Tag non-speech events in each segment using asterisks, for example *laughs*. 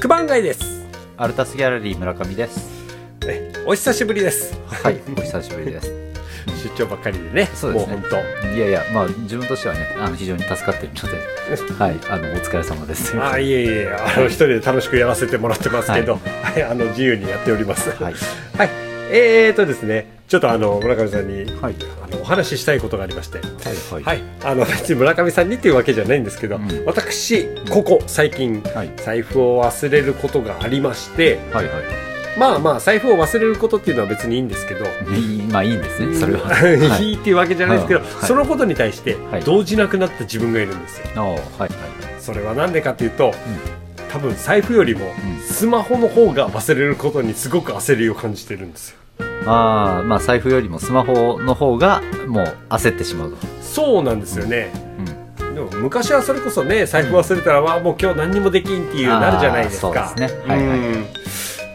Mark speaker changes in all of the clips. Speaker 1: 九番街です
Speaker 2: アルタスギャラリー村上です。
Speaker 1: ねお久しぶりです
Speaker 2: はい、お久しぶりです。
Speaker 1: 出張ばっかりでね
Speaker 2: そうですね
Speaker 1: もう本当
Speaker 2: いやいや、まあ自分としてはね、あの非常に助かっているので、はい、あのお疲れ様です。
Speaker 1: あ
Speaker 2: は
Speaker 1: ー
Speaker 2: い、
Speaker 1: いえいえあの一人で楽しくやらせてもらってますけど、はい、 *laughs* あの自由にやっておりますは、
Speaker 2: はいい、
Speaker 1: えーとですねちょっとあの村上さんに
Speaker 2: はい、
Speaker 1: あのお話ししたいことがありまして
Speaker 2: はい、
Speaker 1: はい、あの別に村上さんにっていうわけじゃないんですけど、
Speaker 2: うん
Speaker 1: 私ここ最近
Speaker 2: はい、
Speaker 1: 財布を忘れることがありまして
Speaker 2: はい、
Speaker 1: まあまあ財布を忘れることっていうのは別にいいんですけど、
Speaker 2: いいまあいいんですね、それは。
Speaker 1: *laughs* い、いっていうわけじゃないですけど、
Speaker 2: はいはい
Speaker 1: そのことに対して
Speaker 2: はい
Speaker 1: 動じなくなった自分がいるんですよ。
Speaker 2: ああ、はい、はい、
Speaker 1: それは何でかっていうと、多分財布よりもスマホの方が忘れることにすごく焦りを感じてるんですよ。
Speaker 2: ああ、まあ財布よりもスマホの方がもう焦ってしまうと。
Speaker 1: そうなんですよね。
Speaker 2: うん、
Speaker 1: でも昔はそれこそね財布忘れたら、わあもう今日何にもできんっていうなるじゃないです
Speaker 2: あ
Speaker 1: か
Speaker 2: ーそうですねはいはい
Speaker 1: うん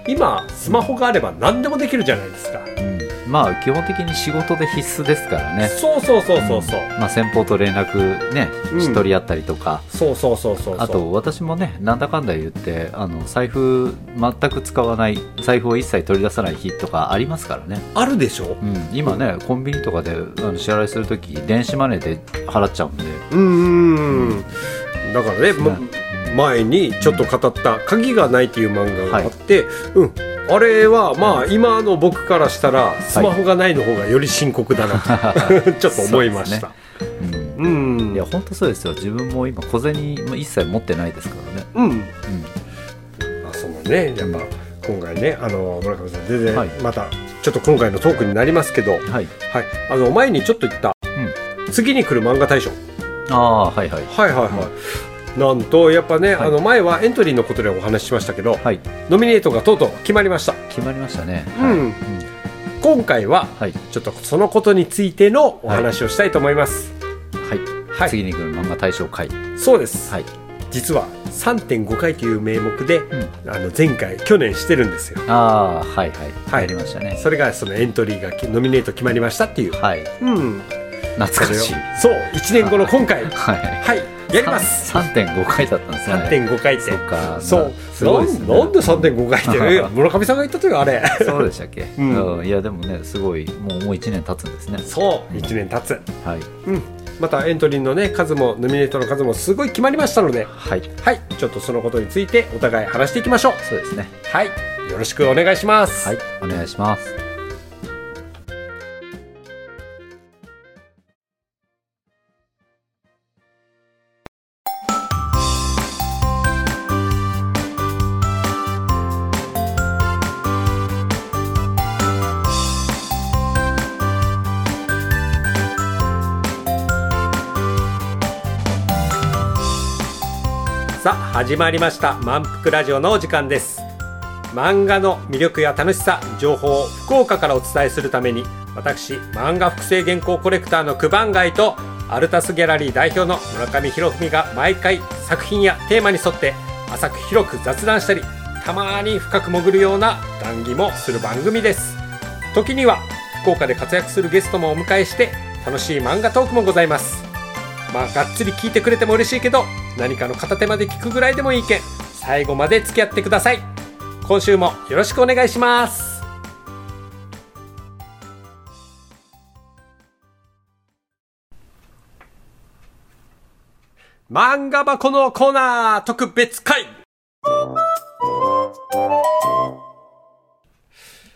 Speaker 1: 今スマホがあれば何でもできるじゃないですか、
Speaker 2: うん、まあ基本的に仕事で必須ですからね。
Speaker 1: そうそうそうそうそう、
Speaker 2: まあ先方と連絡ね
Speaker 1: うん、
Speaker 2: し取り合ったりとか。
Speaker 1: そうそうそうそうそう
Speaker 2: あと私もねなんだかんだ言ってあの財布全く使わない財布を一切取り出さない日とかありますからね、
Speaker 1: あるでしょ
Speaker 2: うん、今ねコンビニとかであの支払いするとき電子マネーで払っちゃうんで
Speaker 1: うんうんだからね、ま
Speaker 2: うん
Speaker 1: 前にちょっと語った「鍵がない」っていう漫画があって、うんあれはまあ今の僕からしたらスマホがないの方がより深刻だなと、 *laughs* ちょっと思いました
Speaker 2: *laughs* うん
Speaker 1: う
Speaker 2: い
Speaker 1: ん
Speaker 2: や本当そうですよ自分も今小銭も一切持ってないですからね、
Speaker 1: うん
Speaker 2: うん、
Speaker 1: あそのねやっぱ今回ねあの村上さん全然、
Speaker 2: はい
Speaker 1: またちょっと今回のトークになりますけど、はい、
Speaker 2: はい
Speaker 1: あの前にちょっと言った、次に来る漫画大賞
Speaker 2: ああはいはい
Speaker 1: はいはいはい、なんとやっぱね、
Speaker 2: はい
Speaker 1: あの前はエントリーのことでお話ししましたけど、
Speaker 2: はい
Speaker 1: ノミネートがとうとう決まりました
Speaker 2: 決まりましたね
Speaker 1: うん
Speaker 2: はいん
Speaker 1: 今回は
Speaker 2: はい
Speaker 1: ちょっとそのことについてのお話をしたいと思います
Speaker 2: はい
Speaker 1: はい、
Speaker 2: 次に来る漫画大賞会
Speaker 1: そうです、
Speaker 2: はい
Speaker 1: 実は3.5回という名目で、
Speaker 2: ん
Speaker 1: あの前回去年してるんですよ
Speaker 2: ああはいはい、
Speaker 1: はい
Speaker 2: やりましたね
Speaker 1: それがそのエントリーがノミネート決まりましたっていう
Speaker 2: はい
Speaker 1: うん
Speaker 2: 懐かしい
Speaker 1: そう1年後の今回
Speaker 2: はい
Speaker 1: はいやります
Speaker 2: 三点五回だったんですね。
Speaker 1: 3.5回転
Speaker 2: そっか。
Speaker 1: そう
Speaker 2: すごいですね
Speaker 1: なんなんで3.5回
Speaker 2: *laughs*
Speaker 1: 転いや村上さんが言ったというあれ
Speaker 2: そうでしたっけ。
Speaker 1: うん
Speaker 2: うん。いやでもね、すごいもうもう一年経つんですね。
Speaker 1: そう1年経つ
Speaker 2: はい
Speaker 1: うんまたエントリーのね数もノミネートの数もすごい決まりましたので
Speaker 2: はい。
Speaker 1: はいちょっとそのことについてお互い話していきましょう
Speaker 2: そうですね。
Speaker 1: はいよろしくお願いします
Speaker 2: はい。お願いします。
Speaker 1: さあ始まりました満腹ラジオのお時間です漫画の魅力や楽しさ情報を福岡からお伝えするために私漫画複製原稿コレクターの九番街とアルタスギャラリー代表の村上博文が毎回作品やテーマに沿って浅く広く雑談したりたまに深く潜るような談義もする番組です時には福岡で活躍するゲストもお迎えして楽しい漫画トークもございますまあがっつり聞いてくれても嬉しいけど何かの片手まで聞くぐらいでもいいけん最後まで付き合ってください今週もよろしくお願いします漫画箱のコーナー特別会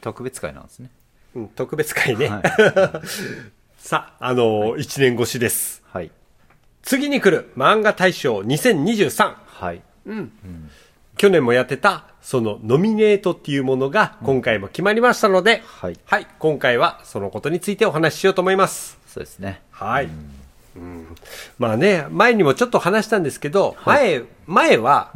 Speaker 2: 特別会なんですね。
Speaker 1: うん特別会ね、
Speaker 2: はい
Speaker 1: *laughs* さあ、あのー、1年越しです。
Speaker 2: はい
Speaker 1: 次に来る漫画大賞2023。
Speaker 2: はい。
Speaker 1: 去年もやってた、そのノミネートっていうものが今回も決まりましたので、
Speaker 2: はい
Speaker 1: はい、今回はそのことについてお話ししようと思います。
Speaker 2: そうですね。
Speaker 1: はい。うんまあね、前にもちょっと話したんですけど、前、前は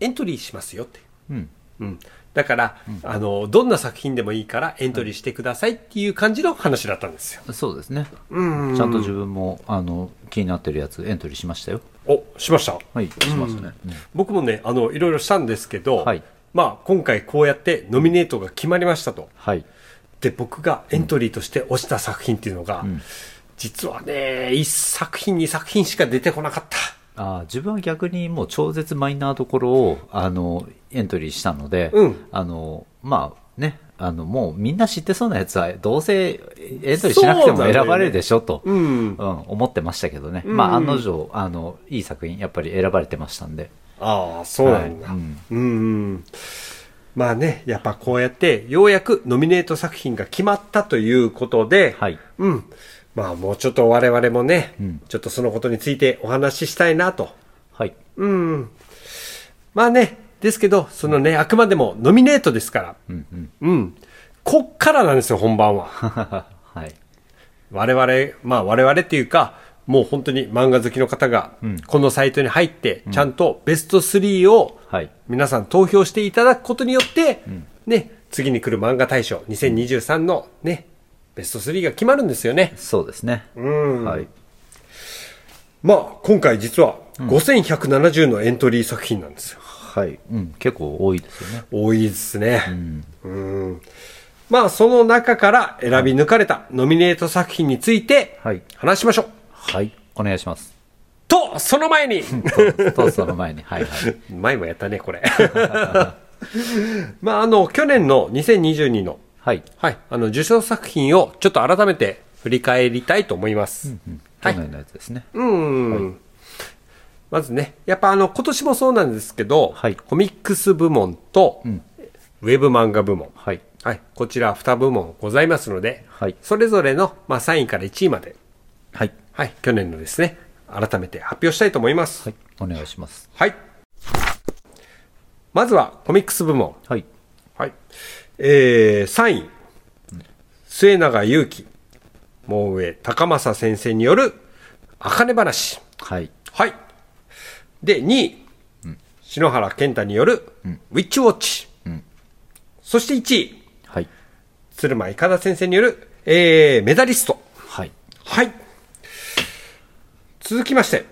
Speaker 1: エントリーしますよって。
Speaker 2: うん。
Speaker 1: うん。だから、あの、どんな作品でもいいからエントリーしてくださいっていう感じの話だったんですよ。
Speaker 2: そうですね。
Speaker 1: うん
Speaker 2: ちゃんと自分もあの気になってるやつエントリーしましたよ。
Speaker 1: お、しました
Speaker 2: はい。しましたね。
Speaker 1: 僕もねあのいろいろしたんですけど、
Speaker 2: はい
Speaker 1: まあ、今回こうやってノミネートが決まりましたと
Speaker 2: はい。
Speaker 1: で僕がエントリーとして推した作品っていうのが、実はね1作品2作品しか出てこなかった
Speaker 2: あー自分は逆にもう超絶マイナーところをあのエントリーしたので、
Speaker 1: うん
Speaker 2: あのまあねあのもうみんな知ってそうなやつはどうせエントリーしなくても
Speaker 1: そうなんだよね
Speaker 2: 選ばれるでしょと、
Speaker 1: うん。
Speaker 2: うん、思ってましたけどね、
Speaker 1: うん
Speaker 2: まあ案の定あのいい作品やっぱり選ばれてましたんで
Speaker 1: ああ、そうなんだ。
Speaker 2: はいうん
Speaker 1: うんうんまあね、やっぱこうやって、ようやくノミネート作品が決まったということで、
Speaker 2: はい
Speaker 1: うん。まあもうちょっと我々もね、
Speaker 2: うん
Speaker 1: ちょっとそのことについてお話ししたいなと。
Speaker 2: はい *laughs*
Speaker 1: うん。まあね、ですけど、そのね、あくまでもノミネートですから。
Speaker 2: うんうん
Speaker 1: うん。こっからなんですよ、本番は。
Speaker 2: はい
Speaker 1: 我々、まあ我々っていうか、もう本当に漫画好きの方が
Speaker 2: ん、
Speaker 1: このサイトに入って、ちゃんとベスト3を
Speaker 2: はい
Speaker 1: 皆さん投票していただくことによって、ね、次に来る漫画大賞2023のね、ベスト3が決まるんですよね。
Speaker 2: そうですね
Speaker 1: うん。
Speaker 2: はい
Speaker 1: まあ今回実は5170のエントリー作品なんですよ。
Speaker 2: はい、うん、結構多いですよね
Speaker 1: 多いですね。うんまあその中から選び抜かれたノミネート作品について
Speaker 2: はい
Speaker 1: 話しましょう。
Speaker 2: はいお願いします
Speaker 1: と、その *laughs* 前に
Speaker 2: ととその前にはいはい
Speaker 1: 前もやったね、これ。 *laughs* まあ、あの、去年の2022の、
Speaker 2: はい
Speaker 1: はい、あの、受賞作品をちょっと改めて振り返りたいと思います。は
Speaker 2: 去
Speaker 1: い。
Speaker 2: 年のやつですね、
Speaker 1: うん。まずね、やっぱあの、今年もそうなんですけど、
Speaker 2: はい
Speaker 1: コミックス部門と、ウェブ漫画部門。
Speaker 2: はい
Speaker 1: はい。こちら2部門ございますので、
Speaker 2: はい
Speaker 1: それぞれの、まあ、3位から1位まで、
Speaker 2: はい
Speaker 1: はい、去年のですね、改めて発表したいと思います。
Speaker 2: はいお願いします
Speaker 1: はい。まずはコミックス部門。
Speaker 2: はい
Speaker 1: はい。えー、3位、末永祐樹、もう上、高政先生による、あかね話。
Speaker 2: はい
Speaker 1: はい。で、2位、篠原健太による、ウィッチウォッチ。そして1位、
Speaker 2: はい
Speaker 1: 鶴間いかだ先生による、えー、メダリスト。
Speaker 2: はい
Speaker 1: はい。続きまして、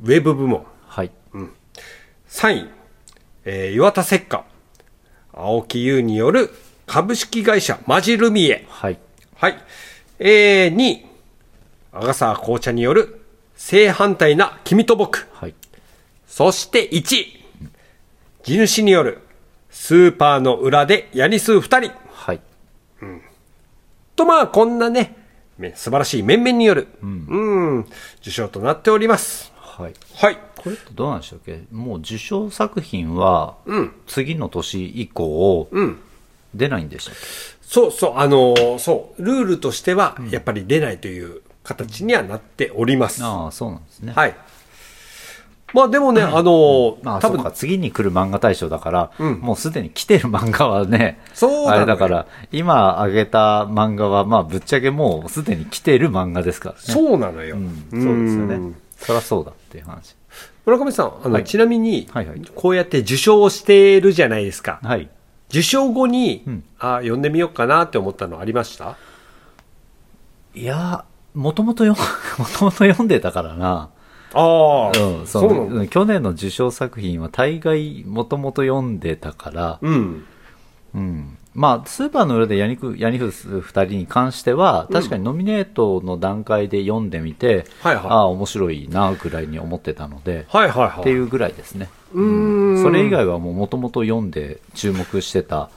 Speaker 1: ウェブ部門。
Speaker 2: はい
Speaker 1: 3位、えー岩田石化、青木優による株式会社マジルミエ。
Speaker 2: はい
Speaker 1: はい。えー、2位、アガサー紅茶による正反対な君と僕。
Speaker 2: はい
Speaker 1: そして1位、地主によるスーパーの裏でヤニス2人。
Speaker 2: はい
Speaker 1: とまあこんなね、め素晴らしい面々による、うん、受賞となっております。
Speaker 2: はい
Speaker 1: はい。
Speaker 2: これってどうなんでしたっけもう受賞作品は、次の年以降、出ないんでしたっ
Speaker 1: そうそう、あのーそう、ルールとしては、やっぱり出ないという形にはなっております。
Speaker 2: けああそうなんですね、
Speaker 1: はい。まあでもね、あのー
Speaker 2: まあ、
Speaker 1: 多
Speaker 2: 多分
Speaker 1: 分
Speaker 2: か、次に来る漫画大賞だから、もうすでに来てる漫画はね、
Speaker 1: そうなのよ
Speaker 2: あれだから、今あげた漫画は、まあ、ぶっちゃけもうすでに来てる漫画ですからね。
Speaker 1: そうなのよ。
Speaker 2: うんそうですよ
Speaker 1: う
Speaker 2: ね
Speaker 1: ん。
Speaker 2: そりゃそうだっていう話。
Speaker 1: 村上さん、あの、
Speaker 2: はい
Speaker 1: ちなみに、
Speaker 2: はいはい
Speaker 1: こうやって受賞をしてるじゃないですか。
Speaker 2: はい。
Speaker 1: 受賞後に、
Speaker 2: ん
Speaker 1: あ読んでみようかなって思ったのありました
Speaker 2: いや、もとも *laughs* とよ、もともと読んでたからな。
Speaker 1: ああ、
Speaker 2: うん、そ
Speaker 1: そうな
Speaker 2: の
Speaker 1: の。
Speaker 2: うん去年の受賞作品は大概もともと読んでたから、
Speaker 1: うん。
Speaker 2: うんまあ、スーパーの裏でヤニクヤニフス2人に関しては、確かにノミネートの段階で読んでみて、
Speaker 1: はいはい
Speaker 2: ああ、面白いな、ぐらいに思ってたので、
Speaker 1: はいはいはい。。
Speaker 2: っていううぐらいですね。
Speaker 1: ん
Speaker 2: それ以外はもともと読んで注目してた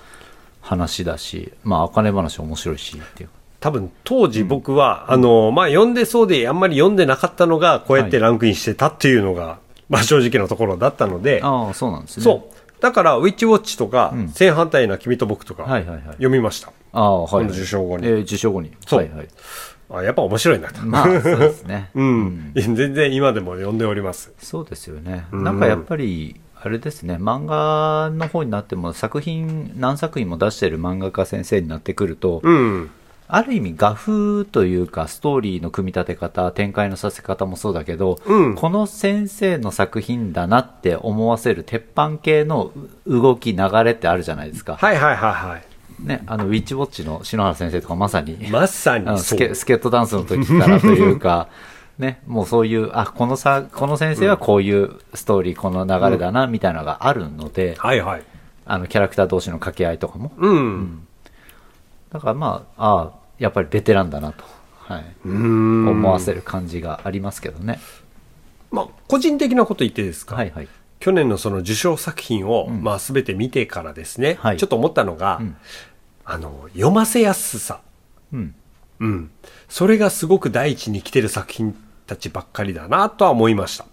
Speaker 2: 話だし、まあ、あかね話面白いしっていう。
Speaker 1: 多分、当時僕は、あのーまあ、読んでそうで、あんまり読んでなかったのが、こうやってランクインしてたっていうのが、まあ、正直なところだったので、
Speaker 2: ああ、そうなんですね。
Speaker 1: そう。だから、ウィッチウォッチとか、正反対な君と僕とか、
Speaker 2: はいはいはい
Speaker 1: 読みました。
Speaker 2: ああ、はい、はい。
Speaker 1: この受賞後に
Speaker 2: えー受賞後に。
Speaker 1: そう
Speaker 2: はいはい。
Speaker 1: あ、やっぱ面白いなと。 *laughs*
Speaker 2: まあ、そうですね。
Speaker 1: うん。全然今でも読んでおります。
Speaker 2: そうですよね、なんかやっぱり、あれですね、漫画の方になっても、作品、何作品も出してる漫画家先生になってくると、
Speaker 1: うん。
Speaker 2: ある意味、画風というか、ストーリーの組み立て方、展開のさせ方もそうだけど、
Speaker 1: うん
Speaker 2: この先生の作品だなって思わせる鉄板系のう動き、流れってあるじゃないですか、
Speaker 1: はいはいはいはい。
Speaker 2: ね、あのウィッチウォッチの篠原先生とか、まさに。
Speaker 1: まさ
Speaker 2: あの
Speaker 1: に
Speaker 2: ス
Speaker 1: そう。
Speaker 2: ケスケートダンスの時からとい
Speaker 1: *laughs*
Speaker 2: うか、ね、もうそういう、あ、このさ、この先生はこういうストーリー、この流れだな、みたいなのがあるので、
Speaker 1: はいはい。
Speaker 2: あの、キャラクター同士の掛け合いとかも。
Speaker 1: うん。
Speaker 2: だからまあ、ああ、やっぱりベテランだなと、はい、
Speaker 1: うん。
Speaker 2: 思わせる感じがありますけどね。
Speaker 1: まあ、個人的なこと言ってですか、
Speaker 2: はいはい。
Speaker 1: 去年のその受賞作品を、まあ、全て見てからですね、
Speaker 2: はい
Speaker 1: ちょっと思ったのが、
Speaker 2: ん
Speaker 1: あの読ませやすさ、
Speaker 2: うん。
Speaker 1: うん、それがすごく第一に来てる作品たちばっかりだなとは思いました、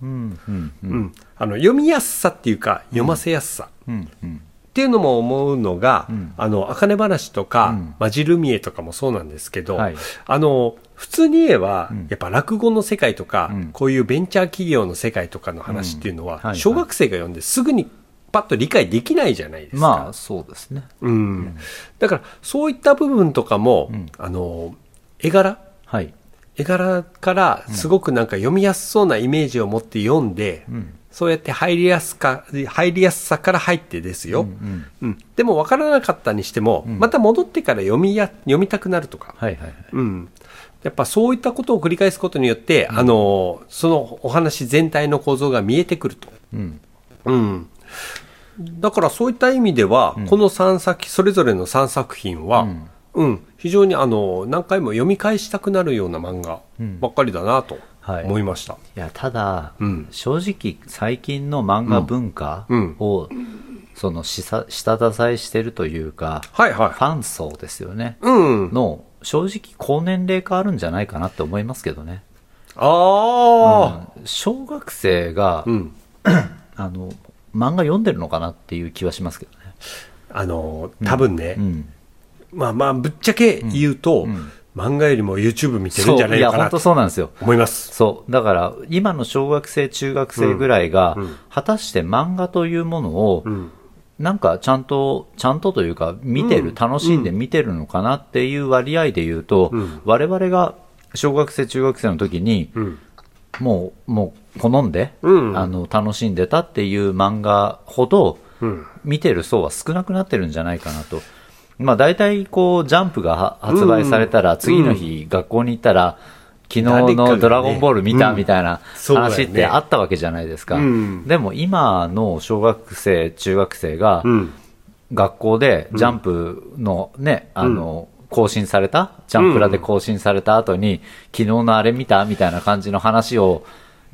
Speaker 2: うん。うん。う。
Speaker 1: うんん、あの読みやすさっていうか読ませやすさ、
Speaker 2: うん。うん。
Speaker 1: っていうのも思うのが、あの、あかね話とか、
Speaker 2: うん
Speaker 1: マジルミエとかもそうなんですけど、
Speaker 2: はい
Speaker 1: あの、普通に言えば、やっぱ落語の世界とか、
Speaker 2: ん
Speaker 1: こういうベンチャー企業の世界とかの話っていうのは、
Speaker 2: うんはいはい
Speaker 1: 小学生が読んですぐにパッと理解できないじゃないですか。
Speaker 2: まあ、そうですね。
Speaker 1: うん。だから、そういった部分とかも、
Speaker 2: ん
Speaker 1: あの、絵柄
Speaker 2: はい。
Speaker 1: 絵柄からすごくなんか読みやすそうなイメージを持って読んで、
Speaker 2: ん
Speaker 1: そうやって入りやすか、入りやすさから入ってですよ。
Speaker 2: うん。
Speaker 1: うん、でも分からなかったにしても、また戻ってから読みや読みたくなるとか、
Speaker 2: はいはいはい。
Speaker 1: うん、やっぱそういったことを繰り返すことによって、あのそのお話全体の構造が見えてくると、
Speaker 2: うん。
Speaker 1: うん、だからそういった意味では、この3作それぞれの3作品は、うん非常にあの何回も読み返したくなるような漫画ばっかりだなと
Speaker 2: はい
Speaker 1: 思いました。
Speaker 2: いや、ただ、
Speaker 1: うん
Speaker 2: 正直、最近の漫画文化
Speaker 1: うん
Speaker 2: を、その、しさ下支えしてるというか、
Speaker 1: はい、はい、
Speaker 2: ファン層ですよね。
Speaker 1: うん
Speaker 2: の、正直、高年齢化あるんじゃないかなって思いますけどね。
Speaker 1: ああ、
Speaker 2: うん小学生が、
Speaker 1: うん、
Speaker 2: あの、漫画読んでるのかなっていう気はしますけどね。
Speaker 1: あの多分ね、
Speaker 2: うん。
Speaker 1: まあまあ、ぶっちゃけ言うと、漫画よりも YouTube 見てるんじゃ
Speaker 2: そう、
Speaker 1: ないい
Speaker 2: や、
Speaker 1: か
Speaker 2: 本
Speaker 1: な
Speaker 2: 当
Speaker 1: と
Speaker 2: そうなんですよ。
Speaker 1: 思います。
Speaker 2: そう。だから、今の小学生、中学生ぐらいが、
Speaker 1: うんうん
Speaker 2: 果たして漫画というものを、
Speaker 1: うん。
Speaker 2: なんかちゃんと、ちゃんとというか、見てる、
Speaker 1: うん
Speaker 2: 楽しんで見てるのかなっていう割合で言うと、
Speaker 1: うん
Speaker 2: 我々が小学生、中学生の時に、
Speaker 1: うん。
Speaker 2: もう、もう、好んで、
Speaker 1: うん
Speaker 2: あの、楽しんでたっていう漫画ほど、
Speaker 1: うん。
Speaker 2: 見てる層は少なくなってるんじゃないかなと。まあ大体こう、ジャンプがは発売されたら、次の日学校に行ったら、昨日
Speaker 1: 誰かが
Speaker 2: の
Speaker 1: ね
Speaker 2: ドラゴンボール見た
Speaker 1: うん
Speaker 2: みたいな
Speaker 1: そうだよね
Speaker 2: 話ってあったわけじゃないですか
Speaker 1: うん。
Speaker 2: でも今の小学生、中学生が
Speaker 1: う、ん。
Speaker 2: 学校でジャンプのね、あの、更新されたジャンプラで更新された後に、昨日のあれ見たみたいな感じの話を、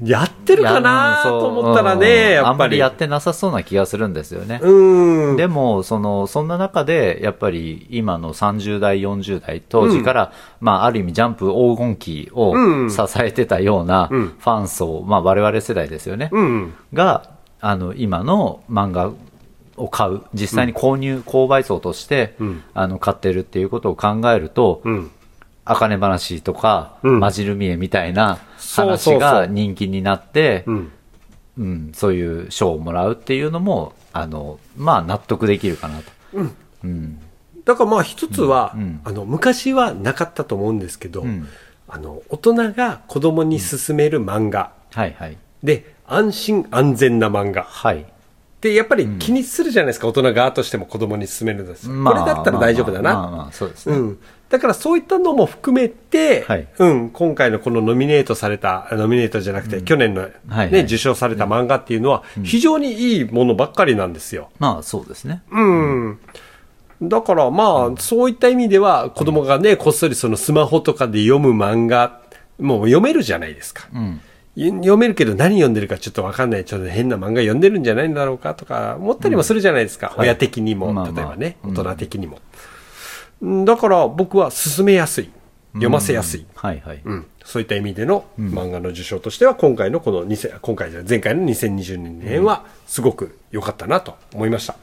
Speaker 1: やってるか
Speaker 2: い
Speaker 1: な
Speaker 2: やうん
Speaker 1: と
Speaker 2: そう
Speaker 1: 思ったら
Speaker 2: うん
Speaker 1: ね、や
Speaker 2: あ
Speaker 1: っ
Speaker 2: ん
Speaker 1: ぱ
Speaker 2: まり
Speaker 1: り。
Speaker 2: やってなさそうな気がするんですよね。
Speaker 1: うん。
Speaker 2: でも、その、そんな中で、やっぱり今の30代、40代、当時から、まあ、ある意味ジャンプ黄金期を
Speaker 1: うん
Speaker 2: 支えてたようなフ
Speaker 1: うん
Speaker 2: ァン層、まあ、我々世代ですよね、
Speaker 1: うん。
Speaker 2: が、あの、今の漫画を買う、実際に購入、購買層として、
Speaker 1: うん
Speaker 2: あの、買ってるっていうことを考えると、
Speaker 1: うん。
Speaker 2: あかね話とか、
Speaker 1: うん
Speaker 2: まじるみえみたいな
Speaker 1: そうそうそう
Speaker 2: 話が人気になって、
Speaker 1: うん。
Speaker 2: うん、そういう賞をもらうっていうのも、あの、まあ納得できるかなと。うん。
Speaker 1: だからまあ一つは、
Speaker 2: うんうん
Speaker 1: あの、昔はなかったと思うんですけど、
Speaker 2: ん
Speaker 1: あの、大人が子供に勧める漫画、
Speaker 2: はいはい。
Speaker 1: で、安心安全な漫画。
Speaker 2: はい。
Speaker 1: で、やっぱり気にするじゃないですか、大人側としても子供に勧めるんですよ、
Speaker 2: まあ
Speaker 1: これだったら大丈夫だな。
Speaker 2: まあまあまあ、そうです
Speaker 1: う
Speaker 2: ね。
Speaker 1: ん、だからそういったのも含めて、
Speaker 2: はい
Speaker 1: うん、今回のこのノミネートされた、あノミネートじゃなくて、去年の、ね
Speaker 2: はいはい
Speaker 1: 受賞された漫画っていうのは、非常にいいものばっかりなんですよ。
Speaker 2: まあそうですね。
Speaker 1: うんだからまあ、そういった意味では、子供がね、こっそりそのスマホとかで読む漫画、もう読めるじゃないですか。
Speaker 2: うん。
Speaker 1: よ読めるけど何読んでるかちょっとわかんない、ちょっと変な漫画読んでるんじゃないんだろうかとか思ったりもするじゃないですか。
Speaker 2: い
Speaker 1: 親的にも、
Speaker 2: まあまあ
Speaker 1: 例えばね、大人的にも。うんだから僕は進めやすい、読ませやすい、
Speaker 2: はいはい。
Speaker 1: うんそういった意味での漫画の受賞としては、今回のこの2000、今回じゃない前回の2022年はすごく良かったなと思いました。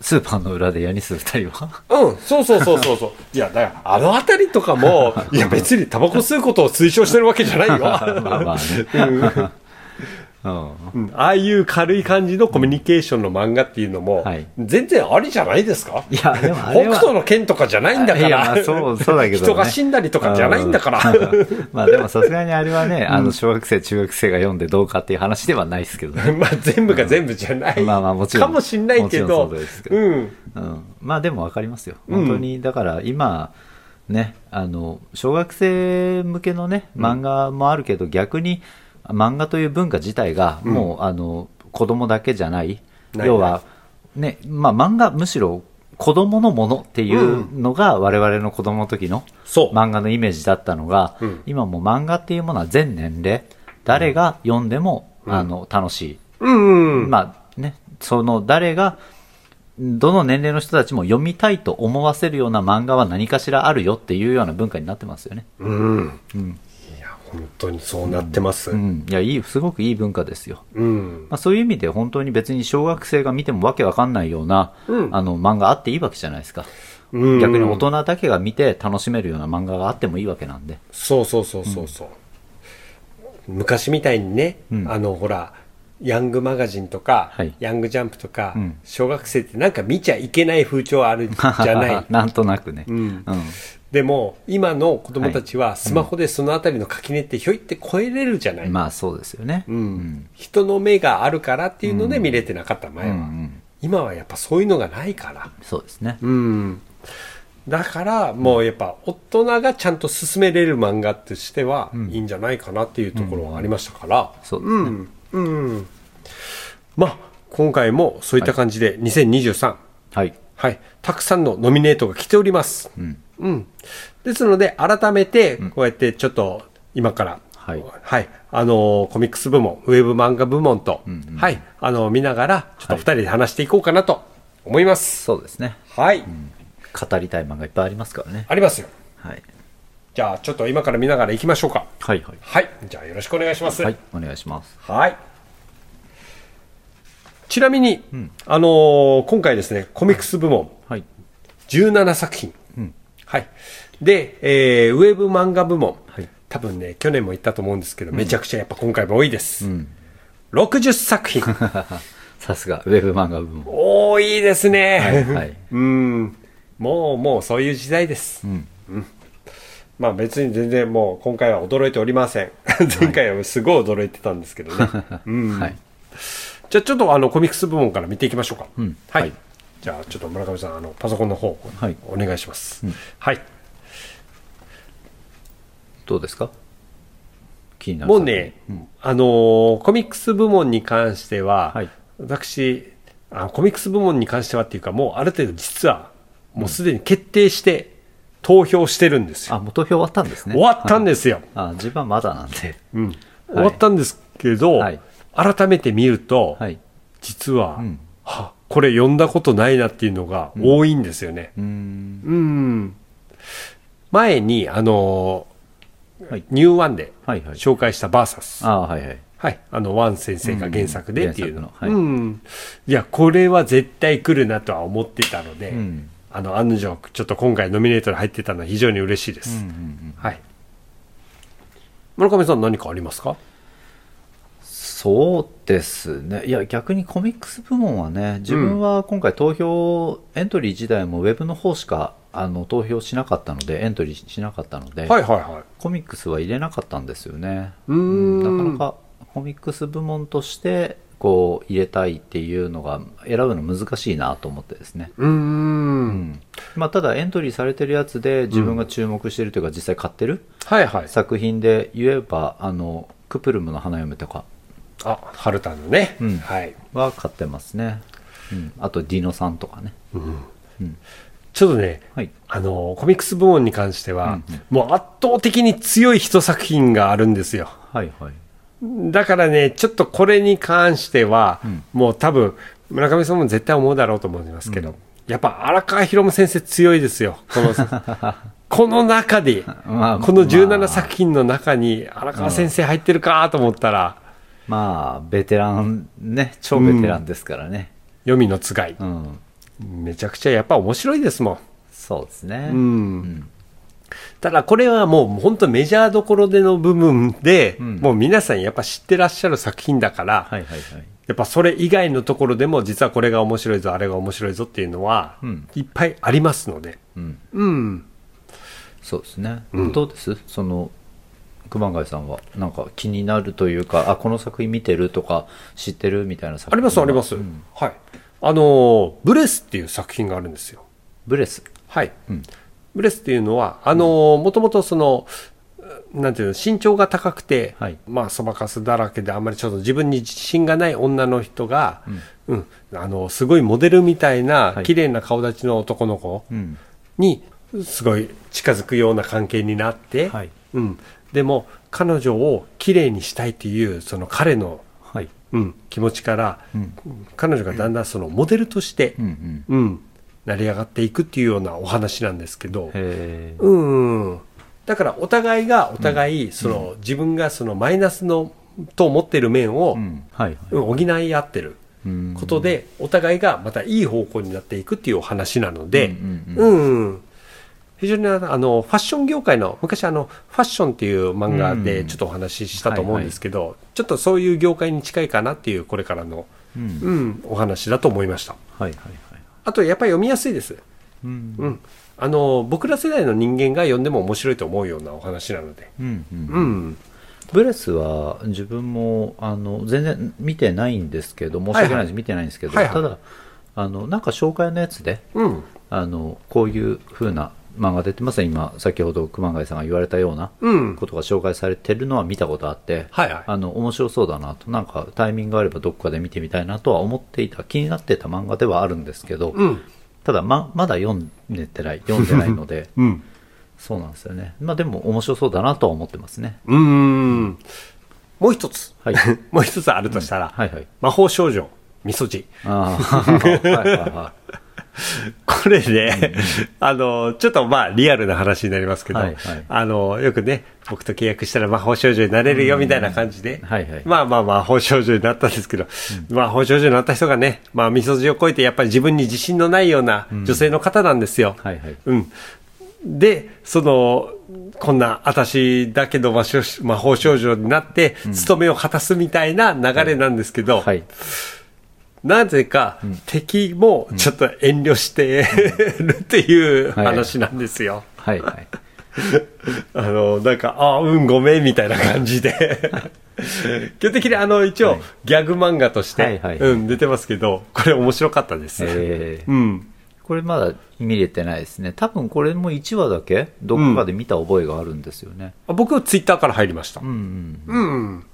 Speaker 2: スーパーの裏でヤニス二人は
Speaker 1: うん、そうそうそうそうそう。 *laughs* いや、だから、あのあたりとかも、 *laughs* いや、別にタバコ吸うことを推奨してるわけじゃない *laughs* よ。
Speaker 2: まあまあね。うん。
Speaker 1: うんああいう軽い感じのコミュニケーションの漫画っていうのも、
Speaker 2: はい
Speaker 1: 全然ありじゃないですか
Speaker 2: いやでもあれ
Speaker 1: 北
Speaker 2: は
Speaker 1: 斗の剣とかじゃないんだか
Speaker 2: いやま
Speaker 1: ら
Speaker 2: あ、そう、そうだけど、ね。
Speaker 1: 人が死んだりとかじゃないんだから。
Speaker 2: うん。 *laughs* まあでもさすがにあれはね、あの、小学生、中学生が読んでどうかっていう話ではないですけどね。
Speaker 1: まあ、全部が全部じゃない。
Speaker 2: まあまあもちろん
Speaker 1: かもしんないけど。
Speaker 2: もちろんそうですけど
Speaker 1: うん。
Speaker 2: うん、まあでも分かりますよ、本当に、だから今、ね、あの小学生向けの、ね、漫画もあるけど、逆に漫画という文化自体が、もう、あの子供だけじゃない、
Speaker 1: ない
Speaker 2: 要は、ねまあ、漫画、むしろ子供のものっていうのが、我々の子供の時の
Speaker 1: そう
Speaker 2: 漫画のイメージだったのが、
Speaker 1: うん
Speaker 2: 今もう漫画っていうものは全年齢、誰が読んでも、あの楽しい、
Speaker 1: うん。あ、
Speaker 2: まあね、その誰がどの年齢の人たちも読みたいと思わせるような漫画は何かしらあるよっていうような文化になってますよね、
Speaker 1: うん。
Speaker 2: うん
Speaker 1: いや、本当にそうなってます。
Speaker 2: う
Speaker 1: うん。
Speaker 2: ん、いやいいすごくいい文化ですよ、まあ、そういう意味で本当に別に小学生が見てもわけわかんないような、
Speaker 1: うん
Speaker 2: あの漫画あっていいわけじゃないですか、
Speaker 1: うん
Speaker 2: 逆に大人だけが見て楽しめるような漫画があってもいいわけなんで、
Speaker 1: そうそうそうそうそう。昔みたいにね、
Speaker 2: うん
Speaker 1: あの、ほら、ヤングマガジンとか、
Speaker 2: はい
Speaker 1: ヤングジャンプとか、
Speaker 2: うん。
Speaker 1: 小学生ってなんか見ちゃいけない風潮あるじゃない
Speaker 2: *laughs* なんとなくね、
Speaker 1: うん
Speaker 2: うん
Speaker 1: でも、今の子供たちはスマホでそのあたりの垣根ってひょいって超えれるじゃない。
Speaker 2: まあそうですよね、
Speaker 1: うん人の目があるからっていうので見れてなかった前は、
Speaker 2: うんうん
Speaker 1: 今はやっぱそういうのがないから、
Speaker 2: そうですね、
Speaker 1: うん、だからもうやっぱ大人がちゃんと進めれる漫画としてはいいんじゃないかなっていうところはありましたから、
Speaker 2: そうですね、
Speaker 1: うんうんまあ今回もそういった感じで2023、はい
Speaker 2: はい
Speaker 1: たくさんのノミネートが来ております、
Speaker 2: ん
Speaker 1: うんですので改めてこうやってちょっと今から、
Speaker 2: はい
Speaker 1: はい、あのーコミックス部門、ウェブ漫画部門と、はい、あのー見ながら、ちょっと二人で話していこうかなと思います。
Speaker 2: そうですね
Speaker 1: はい、
Speaker 2: 語りたい漫画いっぱいありますからね、
Speaker 1: ありますよ。
Speaker 2: はい、
Speaker 1: じゃあ、ちょっと今から見ながら行きましょうか。
Speaker 2: はいはい
Speaker 1: はい、じゃあよろしくお願いします。
Speaker 2: はいお願いします
Speaker 1: はい。ちなみに、あのー今回ですね、コミックス部門、
Speaker 2: はい
Speaker 1: 17作品。はい。で、えーウェブ漫画部門。
Speaker 2: はい
Speaker 1: 多分ね、去年も言ったと思うんですけど、めちゃくちゃやっぱ今回も多いです。
Speaker 2: ん
Speaker 1: 60作
Speaker 2: *laughs*
Speaker 1: 品。
Speaker 2: *laughs* さすがウェブ漫画部門
Speaker 1: 多いですね。
Speaker 2: はいはい
Speaker 1: うん。もう、もうそういう時代です。うん。まあ別に全然もう今回は驚いておりません。前回はすごい驚いてたんですけど
Speaker 2: *laughs*
Speaker 1: ね。
Speaker 2: はい
Speaker 1: じゃあちょっとあのコミックス部門から見ていきましょうか。
Speaker 2: ん
Speaker 1: はい。
Speaker 2: はい
Speaker 1: じゃあちょっと村上さん、あのパソコンの方、
Speaker 2: はい
Speaker 1: お願いします。はい。
Speaker 2: どうですか気になる
Speaker 1: もうね、あのーコミックス部門に関しては、
Speaker 2: はい
Speaker 1: 私あ、コミックス部門に関してはっていうか、もうある程度実は、もうすでに決定して投票してるんですよ。
Speaker 2: あもう投票終わったんですね
Speaker 1: 終わったんですよ。
Speaker 2: あ自分はまだなんで、
Speaker 1: うん終わったんですけど、
Speaker 2: はい
Speaker 1: 改めて見ると、
Speaker 2: はい
Speaker 1: 実は、
Speaker 2: ん
Speaker 1: はこれ読んだことないなっていうのが多いんですよね。
Speaker 2: うーん
Speaker 1: うん前に、あのー
Speaker 2: はい
Speaker 1: ニューワンで
Speaker 2: はいはい
Speaker 1: 紹介したバーサス、
Speaker 2: あはいはい
Speaker 1: はい、あの、ワン先生が原作でっていう
Speaker 2: うん
Speaker 1: のう
Speaker 2: 原。作のはい
Speaker 1: ん。いや、これは絶対来るなとは思ってたので
Speaker 2: ん、
Speaker 1: あの、案の定、ちょっと今回ノミネートに入ってたのは非常に嬉しいです。はい。村上さん何かありますか
Speaker 2: そうですねいや逆にコミックス部門はね自分は今回投票、エントリー自体もウェブの方しかあの投票しなかったのでエントリーしなかったの
Speaker 1: は
Speaker 2: で、
Speaker 1: いはいはい。
Speaker 2: コミックスは入れなかったんですよね
Speaker 1: うーん
Speaker 2: なかなかコミックス部門としてこう入れたいっていうのが選ぶの難しいなと思ってですね、
Speaker 1: うー。
Speaker 2: うんんまあ、ただエントリーされてるやつで自分が注目してるというか実際買ってる
Speaker 1: はいはい。
Speaker 2: 作品で言えばあのクプルムの花嫁とか
Speaker 1: あ、ハルタンのね
Speaker 2: うん。
Speaker 1: はい。
Speaker 2: は買ってますね、うん、あとディノさんとかね、
Speaker 1: ちょっとね、
Speaker 2: はい、
Speaker 1: あの、コミックス部門に関しては、もう圧倒的に強い一作品があるんですよ。
Speaker 2: はいはい
Speaker 1: だからね、ちょっとこれに関しては、もう多分、村上さんも絶対思うだろうと思いますけど、やっぱ荒川博夢先生強いですよ。こ
Speaker 2: *laughs*
Speaker 1: の、この中で、
Speaker 2: まあ
Speaker 1: この
Speaker 2: まあ
Speaker 1: 17作品の中に荒川先生入ってるかと思ったら、
Speaker 2: まあベテランね超ベテランですからね
Speaker 1: 読みのつがい。
Speaker 2: うん、
Speaker 1: めちゃくちゃやっぱ面白いですも
Speaker 2: そうですね、
Speaker 1: ん。うん。ただこれはもう本当メジャーどころでの部分で、
Speaker 2: ん
Speaker 1: もう皆さんやっぱ知ってらっしゃる作品だから、
Speaker 2: はいはいはい
Speaker 1: やっぱそれ以外のところでも実はこれが面白いぞあれが面白いぞっていうのは
Speaker 2: うん
Speaker 1: いっぱいありますので
Speaker 2: うん
Speaker 1: うん、
Speaker 2: そうですね、
Speaker 1: うん
Speaker 2: どうですその熊谷さんはなんか気になるというかあこの作品見てるとか知ってるみたいな作
Speaker 1: あ
Speaker 2: 品
Speaker 1: りますあります、
Speaker 2: うん
Speaker 1: はいあのーブレス」っていう作品があるんですよ
Speaker 2: ブレス
Speaker 1: はい、
Speaker 2: うん
Speaker 1: ブレスっていうのはあのーもともとそのなんていうの身長が高くて、
Speaker 2: はい
Speaker 1: まあそばかすだらけであんまりちょっと自分に自信がない女の人が、うんあのーすごいモデルみたいな
Speaker 2: はい
Speaker 1: 綺麗な顔立ちの男の子、
Speaker 2: うん
Speaker 1: にすごい近づくような関係になって、
Speaker 2: はい
Speaker 1: うん、でも彼女を綺麗にしたいっていうその彼の、
Speaker 2: はい。
Speaker 1: うん、気持ちから、
Speaker 2: うん。
Speaker 1: 彼女がだんだんそのモデルとして
Speaker 2: う、んうん。
Speaker 1: うん成り上がっていくっていうようなお話なんですけど、
Speaker 2: へえ。
Speaker 1: うん、だからお互いがお互いその、自分がそのマイナスのと思ってる面を、
Speaker 2: うん。はい。
Speaker 1: うん補い合ってる
Speaker 2: うん
Speaker 1: ことで、お互いがまたいい方向になっていくっていうお話なので、
Speaker 2: うん
Speaker 1: うん、非常にあのあのファッション業界の昔あのファッションっていう漫画で
Speaker 2: うん
Speaker 1: ちょっとお話ししたと思うんですけど、ちょっとそういう業界に近いかなっていうこれからの、
Speaker 2: うん
Speaker 1: う。ん、お話だと思いました
Speaker 2: はいはいはい。
Speaker 1: あとやっぱり読みやすいです、
Speaker 2: うん
Speaker 1: うん、あの僕ら世代の人間が読んでも面白いと思うようなお話なので
Speaker 2: うんうん
Speaker 1: うん
Speaker 2: ブレスは自分もあの全然見てないんですけど申し訳ないです、見てないんですけど、
Speaker 1: はいはい
Speaker 2: ただあのなんか紹介のやつで
Speaker 1: うん
Speaker 2: あのこういう風な漫画出てまさに今先ほど熊谷さんが言われたような
Speaker 1: うん
Speaker 2: ことが紹介されてるのは見たことあって、
Speaker 1: はいはい
Speaker 2: あの面白そうだなとなんかタイミングがあればどっかで見てみたいなとは思っていた気になってた漫画ではあるんですけど、
Speaker 1: うん
Speaker 2: ただままだ読んでてない読んでないので
Speaker 1: *laughs* うん
Speaker 2: そうなんですよねまあでも面白そうだなとは思ってますね
Speaker 1: うんもう一つ、
Speaker 2: はい
Speaker 1: *laughs* もう一つあるとしたら、
Speaker 2: はいはい
Speaker 1: 魔法少女みそじ
Speaker 2: ああ、 *laughs* はいはいは
Speaker 1: これね、あの、ちょっとまあリアルな話になりますけど、
Speaker 2: はいはい
Speaker 1: あの、よくね、僕と契約したら魔法少女になれるよみたいな感じで、
Speaker 2: うんはいはい
Speaker 1: まあまあ魔法少女になったんですけど、魔法少女になった人がね、まあみそじを超えてやっぱり自分に自信のないような女性の方なんですよ。
Speaker 2: い。はいはい。
Speaker 1: うん。で、その、こんな私だけど魔法魔法少女になって、務めを果たすみたいな流れなんですけど、
Speaker 2: はい。
Speaker 1: なぜか敵もちょっと遠慮してるっていう
Speaker 2: はい
Speaker 1: 話なんですよ。
Speaker 2: はいはい。
Speaker 1: あの、なんか、あうん、ごめん、みたいな感じ
Speaker 2: *laughs*
Speaker 1: で。基本的にあの、一応、ギャグ漫画として、
Speaker 2: はいはい
Speaker 1: うん、出てますけど、これ面白かったです。
Speaker 2: えー
Speaker 1: うん。
Speaker 2: これまだ見れてないですね。多分これも1話だけ、どこかで見た覚えがあるんですよね。
Speaker 1: あ僕はツイッターから入りました。
Speaker 2: うんうん。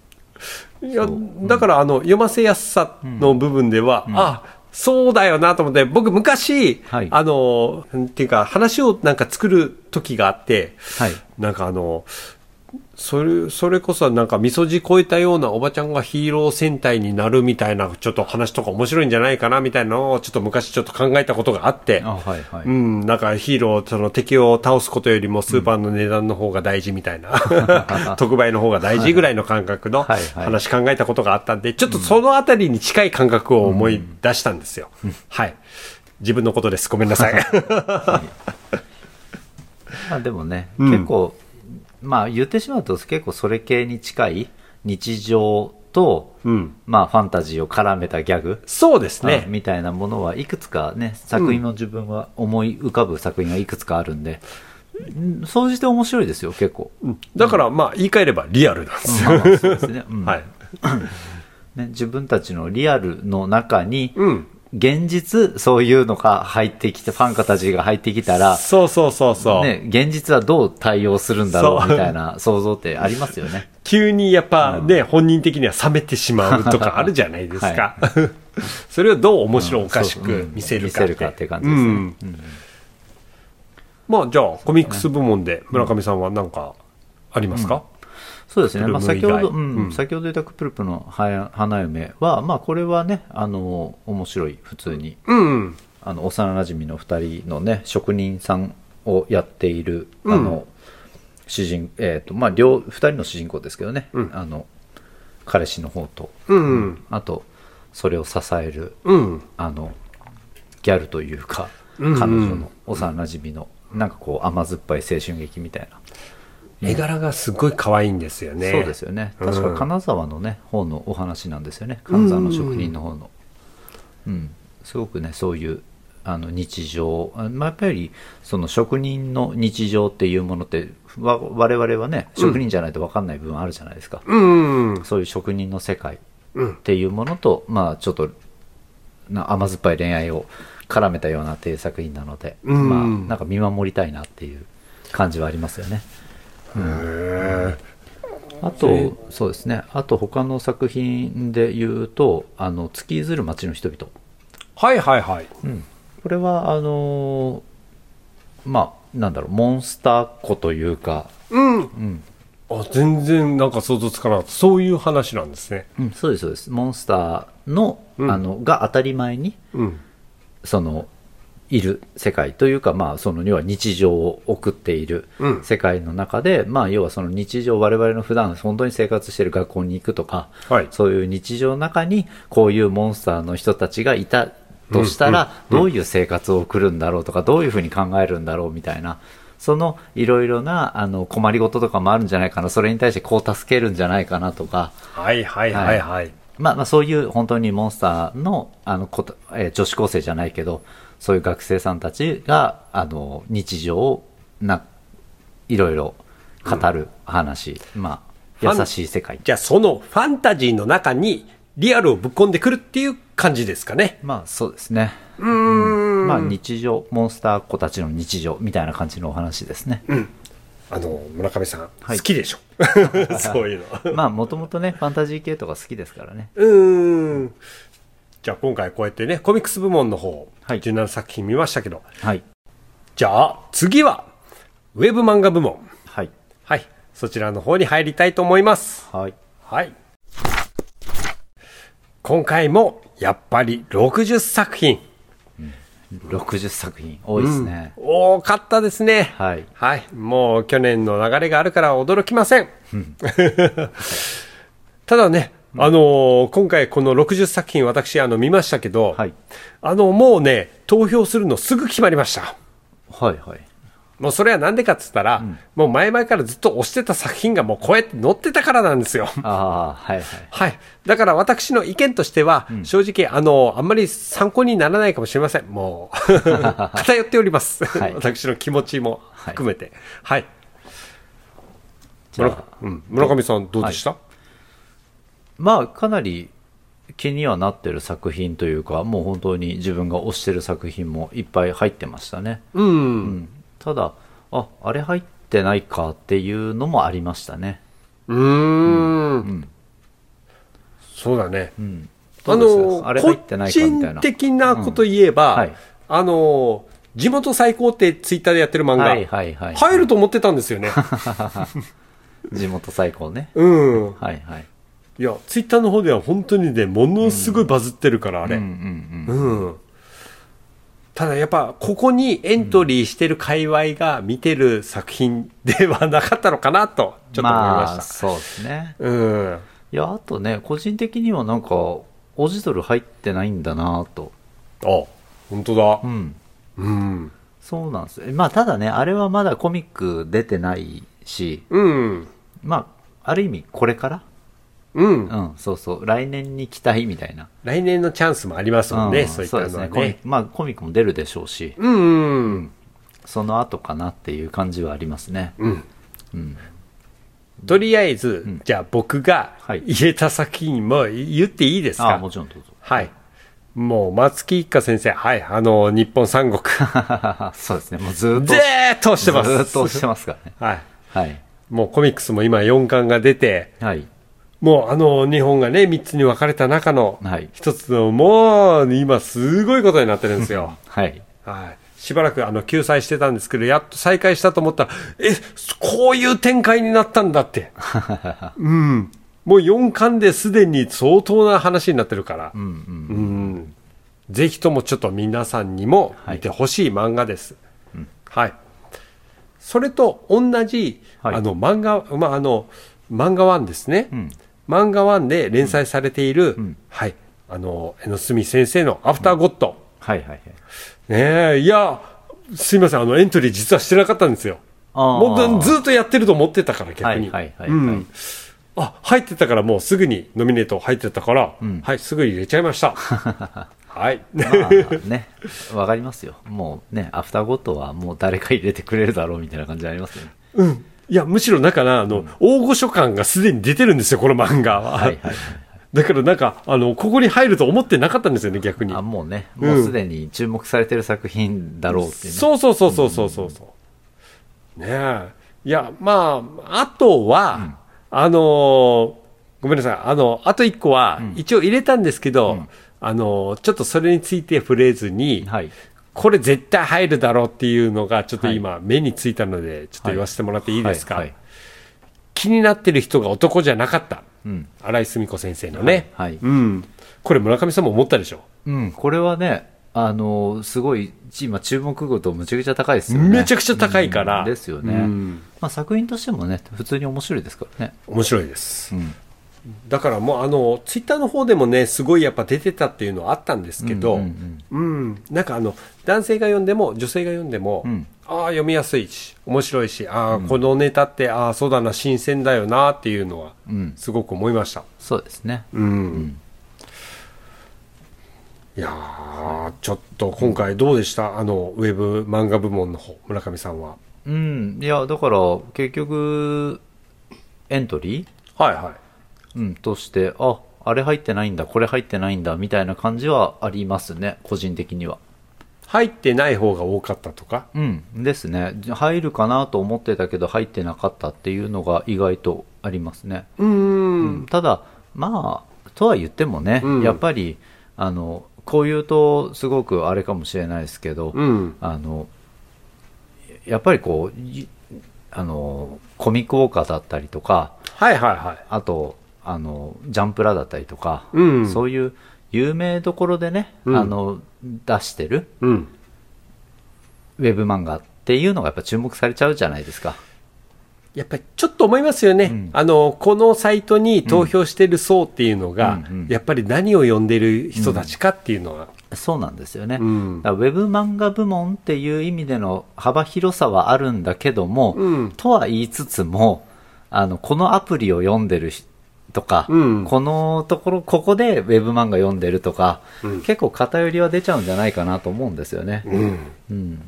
Speaker 1: うん。いや、だから、あの、読ませやすさの部分では、あ、そうだよなと思って、僕昔、
Speaker 2: はい
Speaker 1: あの、なんていうか、話をなんか作る時があって、
Speaker 2: はい。
Speaker 1: なんかあの、それ、それこそなんか、みそじ超えたようなおばちゃんがヒーロー戦隊になるみたいな、ちょっと話とか面白いんじゃないかな、みたいなのを、ちょっと昔ちょっと考えたことがあって、
Speaker 2: あ、はいはい。
Speaker 1: うん、なんかヒーロー、その敵を倒すことよりもスーパーの値段の方が大事みたい
Speaker 2: *laughs*
Speaker 1: な、特売の方が大事ぐらいの感覚の
Speaker 2: はいはい
Speaker 1: 話考えたことがあったんで、ちょっとそのあたりに近い感覚を思い出したんですよ。はい。自分のことです。ごめんな
Speaker 2: *laughs*
Speaker 1: さい。
Speaker 2: まあでもね、
Speaker 1: ん
Speaker 2: 結構、まあ言ってしまうと結構それ系に近い日常と、
Speaker 1: うん
Speaker 2: まあファンタジーを絡めたギャグ。
Speaker 1: そうです
Speaker 2: あ
Speaker 1: ね。
Speaker 2: みたいなものはいくつかね作品の自分は思い浮かぶ作品がいくつかあるんで、うん、総じて面白いですよ
Speaker 1: *laughs*
Speaker 2: 結構、
Speaker 1: だからまあ言い換えればリアルなんですよ。
Speaker 2: まあまあそうですね、うん
Speaker 1: はい。
Speaker 2: ね、自分たちのリアルの中に、
Speaker 1: うん。
Speaker 2: 現実そういうのが入ってきてファンカタジーが入ってきたら、
Speaker 1: そうそうそうそう。
Speaker 2: ね、現実はどう対応するんだろ
Speaker 1: そう
Speaker 2: うみたいな想像ってありますよね
Speaker 1: 急にやっぱね、本人的には冷めてしまうとかあるじゃないですか。 *laughs* それをどう面白 *laughs* おかし
Speaker 2: うんそう
Speaker 1: く
Speaker 2: うん
Speaker 1: 見せるか
Speaker 2: 見せるかっていう感じですね
Speaker 1: うんまあじゃあコミックス部門で村上さんは何かありますか、
Speaker 2: そうですね、まあ、
Speaker 1: プル
Speaker 2: 先
Speaker 1: プル以
Speaker 2: ほ
Speaker 1: 外
Speaker 2: ど、うん
Speaker 1: うん
Speaker 2: 先ほど言ったクプルプの花花嫁は、まあ、これはねあの面白い普通に
Speaker 1: うん、うん
Speaker 2: あの幼馴染の2人のね職人さんをやっている、
Speaker 1: うん
Speaker 2: あの主人えっ、とまあ両2人の主人公ですけどね、
Speaker 1: うん
Speaker 2: あの彼氏の方と、
Speaker 1: うん
Speaker 2: あとそれを支える
Speaker 1: うん
Speaker 2: あのギャルというか、
Speaker 1: うん
Speaker 2: 彼女の幼馴染のなんかこう甘酸っぱい青春劇みたいな、
Speaker 1: 絵柄がすごい可愛いんですよね
Speaker 2: そうですよね確か金沢のね、方のお話なんですよね金沢の職人の方のうん、すごくねそういうあの日常、あまあ、やっぱりその職人の日常っていうものってわ我々はね職人じゃないと分かんない部分あるじゃないですか、
Speaker 1: うんうん
Speaker 2: そういう職人の世界っ
Speaker 1: うん
Speaker 2: ていうものと、まあちょっとな甘酸っぱい恋愛を絡めたようなっていう作品なので、
Speaker 1: うん
Speaker 2: まあなんか見守りたいなっていう感じはありますよね。
Speaker 1: へ
Speaker 2: あと、そうですね。あと他の作品で言うと、あの、月ずる街の人々。
Speaker 1: ーはいはいはい
Speaker 2: うん。これは、あのーまあ、なんだろう、モンスターっ子というか、
Speaker 1: うん
Speaker 2: うん。
Speaker 1: あ全然なんか想像つかなかったそういう話なんですね
Speaker 2: うん、そうですそうですモンスターの,、
Speaker 1: うん
Speaker 2: あのが当たり前に
Speaker 1: うん
Speaker 2: そのいる世界というか、まあ、その要は日常を送っている
Speaker 1: うん
Speaker 2: 世界の中で、まあ、要はその日常我々の普段本当に生活している学校に行くとか、
Speaker 1: はい
Speaker 2: そういう日常の中にこういうモンスターの人たちがいたとしたら、どういう生活を送るんだろうとかどういうふうに考えるんだろうみたいなそのいろいろなあの困りごととかもあるんじゃないかなそれに対してこう助けるんじゃないかなとか。
Speaker 1: はいはいはいはい
Speaker 2: まあ、まあそういう本当にモンスターのあのこと、えー女子高生じゃないけどそういう学生さんたちがあの日常をないろいろ語る話、まあ、優しい世界
Speaker 1: じゃあそのファンタジーの中にリアルをぶっ込んでくるっていう感じですかね
Speaker 2: まあそうですね
Speaker 1: うん
Speaker 2: まあ日常モンスター子たちの日常みたいな感じのお話ですね、
Speaker 1: あの村上さん、
Speaker 2: はい
Speaker 1: 好きでし *laughs* ょそういうの
Speaker 2: *laughs* まあもともとねファンタジー系とか好きですからね
Speaker 1: うーん。じゃあ今回こうやってね、コミックス部門の方、
Speaker 2: はい
Speaker 1: 17作品見ましたけど、
Speaker 2: はい
Speaker 1: じゃあ次は、ウェブ漫画部門。
Speaker 2: はい
Speaker 1: はい。そちらの方に入りたいと思います。
Speaker 2: はい
Speaker 1: はい。今回も、やっぱり60作品。
Speaker 2: 60作品多いですね、
Speaker 1: 多かったですね。
Speaker 2: はい
Speaker 1: はい。もう去年の流れがあるから驚きません。 *laughs* ただね、あのー今回この60作品私あの見ましたけど、
Speaker 2: はい
Speaker 1: あの、もうね、投票するのすぐ決まりました。
Speaker 2: はいはい
Speaker 1: もうそれはなんでかっつったら、もう前々からずっと推してた作品がもうこうやって載ってたからなんですよ。
Speaker 2: ああはいはい
Speaker 1: はい。だから私の意見としては、正直、あの、あんまり参考にならないかもしれません。も
Speaker 2: *laughs*
Speaker 1: う、偏っております。
Speaker 2: はい
Speaker 1: 私の気持ちも含めて。はい。
Speaker 2: じゃ
Speaker 1: 村
Speaker 2: あ
Speaker 1: うん村上さん、どうでした、
Speaker 2: まあかなり気にはなってる作品というかもう本当に自分が推してる作品もいっぱい入ってましたね、
Speaker 1: うん、
Speaker 2: うんただああれ入ってないかっていうのもありましたね
Speaker 1: うーん、そうだね。
Speaker 2: どうですあれ
Speaker 1: 個
Speaker 2: 入ってないかみたい
Speaker 1: 人
Speaker 2: な
Speaker 1: 的なこと言えば、
Speaker 2: うんはい
Speaker 1: あのー地元最高ってツイッターでやってる漫画、
Speaker 2: はいはいはい
Speaker 1: 入ると思ってたんですよね。
Speaker 2: 地元最高ね
Speaker 1: うん。
Speaker 2: はいはい
Speaker 1: いや、ツイッターの方では本当にね、ものすごいバズってるから、あれ。
Speaker 2: うんうんう
Speaker 1: う
Speaker 2: ん
Speaker 1: んただやっぱここにエントリーしてる界隈が見てる作品ではなかったのかなとちょっと思い
Speaker 2: ま
Speaker 1: ま
Speaker 2: あ
Speaker 1: し
Speaker 2: そうですね
Speaker 1: た、うん
Speaker 2: いやあとね個人的にはなんかオジドル入ってないんだなと
Speaker 1: あ本当だ
Speaker 2: うん
Speaker 1: うん
Speaker 2: そうなんですよまあただねあれはまだコミック出てないし
Speaker 1: うん
Speaker 2: まあある意味これから
Speaker 1: うん
Speaker 2: うん、そうそう、来年に期待みたいな。
Speaker 1: 来年のチャンスもありますもんね、
Speaker 2: ん
Speaker 1: そういったのは
Speaker 2: です
Speaker 1: ね
Speaker 2: コミまあ、コミックも出るでしょうし、
Speaker 1: うんうん
Speaker 2: その後かなっていう感じはありますね。
Speaker 1: うん
Speaker 2: うん。
Speaker 1: とりあえず、じゃあ僕が
Speaker 2: はい
Speaker 1: 入れた作品も言っていいです
Speaker 2: あ
Speaker 1: か
Speaker 2: あ、もちろんどうぞ。
Speaker 1: はいもう松木一家先生はいあの日本三
Speaker 2: *laughs*
Speaker 1: 国
Speaker 2: そうですね、もうずーっと。
Speaker 1: でーっと押してます
Speaker 2: ずーっと押してますからね。
Speaker 1: はい
Speaker 2: はい。
Speaker 1: もうコミックスも今4巻が出て、
Speaker 2: はい。
Speaker 1: もうあの日本がね、3つに分かれた中の
Speaker 2: はい
Speaker 1: 一つの、もう今すごいことになってるんですよ。
Speaker 2: はい。
Speaker 1: はい。しばらくあの救済してたんですけど、やっと再開したと思ったら、え、こういう展開になったんだ *laughs* って。うん。もう4巻ですでに相当な話になってるから。うんぜひともちょっと皆さんにも見てほしい漫画です。はい。それと同じ、
Speaker 2: はい
Speaker 1: あの漫画、まあ、あの、漫画ワンですね。
Speaker 2: ん
Speaker 1: 漫画ワンで連載されている、はい。あの、江ノ隅先生のアフターゴッド。
Speaker 2: はいはいはい。
Speaker 1: ねえ、いや、すいません、あの、エントリー実はしてなかったんですよ。
Speaker 2: あー
Speaker 1: もうずずっとやってると思ってたから、
Speaker 2: は
Speaker 1: 逆
Speaker 2: い
Speaker 1: に。
Speaker 2: はいはいはい。
Speaker 1: うんあ、入ってたから、もうすぐにノミネート入ってたから、はい、すぐ入れちゃいま
Speaker 2: *laughs*
Speaker 1: した。はい。 *laughs*
Speaker 2: まあね、わかりますよ。もうね、アフターゴットはもう誰か入れてくれるだろうみたいな感じありますよね。
Speaker 1: うん。いや、むしろだから、あの、大御所感がすでに出てるんですよ、この漫画は。
Speaker 2: はいはいはい。
Speaker 1: だからなんか、あの、ここに入ると思ってなかったんですよね、逆に
Speaker 2: あ、。もうね、もうすでに注目されてる作品だろうっていうね。
Speaker 1: そうそうそうそうそうそうそう。ねえ。いや、まあ、あとは、あのーごめんなさい。あの、あと一個は、一応入れたんですけど、あのーちょっとそれについて触れずに、
Speaker 2: はい。
Speaker 1: これ絶対入るだろうっていうのが、ちょっと今、目についたので、ちょっと言わせてもらっていいですか。
Speaker 2: はいはい
Speaker 1: 気になってる人が男じゃなかった、
Speaker 2: うん
Speaker 1: 新井澄子先生のね、
Speaker 2: はいはい
Speaker 1: うん、これ村上さんも思ったでしょ、
Speaker 2: うん、これはね、あのすごい今注目度とむちゃくちゃ高いですよね
Speaker 1: めちゃくちゃ高いから、
Speaker 2: うんですよね、
Speaker 1: うん
Speaker 2: まあ、作品としてもね普通に面白いですからね、
Speaker 1: 面白いです、
Speaker 2: うん
Speaker 1: だからもうあのツイッターの方でもねすごいやっぱ出てたっていうのはあったんですけど、
Speaker 2: う
Speaker 1: うん
Speaker 2: うん
Speaker 1: んなんかあの男性が読んでも女性が読んでも、
Speaker 2: うん
Speaker 1: ああ読みやすいし面白いしああ、このネタってああそうだな新鮮だよなっていうのは
Speaker 2: うん
Speaker 1: すごく思いました。
Speaker 2: そうですね
Speaker 1: うんいやーちょっと今回どうでしたあのウェブ漫画部門の方村上さんは
Speaker 2: うんいやだから結局エントリー、
Speaker 1: はいはい
Speaker 2: うん、としてああれ入ってないんだこれ入ってないんだみたいな感じはありますね個人的には
Speaker 1: 入ってない方が多かったとか
Speaker 2: うんですね入るかなと思ってたけど入ってなかったっていうのが意外とありますね
Speaker 1: うーん
Speaker 2: ただまあとは言ってもね、
Speaker 1: うん
Speaker 2: やっぱりあのこう言うとすごくあれかもしれないですけど、
Speaker 1: うん
Speaker 2: あのやっぱりこういあのコミックウォーカーだったりとか
Speaker 1: はいはいはい
Speaker 2: あとあのジャンプラだったりとか、
Speaker 1: うん
Speaker 2: そういう有名どころでね、
Speaker 1: うん
Speaker 2: あの出してる
Speaker 1: うん
Speaker 2: ウェブ漫画っていうのがやっぱ注目されちゃうじゃないですか。
Speaker 1: やっぱりちょっと思いますよね、
Speaker 2: ん
Speaker 1: あのこのサイトに投票してる層っていうのが、
Speaker 2: うんうん
Speaker 1: やっぱり何を読んでる人たちかっていうのは、
Speaker 2: そうなんですよね、
Speaker 1: うん
Speaker 2: だからウェブ漫画部門っていう意味での幅広さはあるんだけども、
Speaker 1: うん
Speaker 2: とは言いつつもあのこのアプリを読んでる人とか、
Speaker 1: うん
Speaker 2: このところここでウェブ漫画読んでるとか、
Speaker 1: うん
Speaker 2: 結構偏りは出ちゃうんじゃないかなと思うんですよね、
Speaker 1: うん
Speaker 2: うん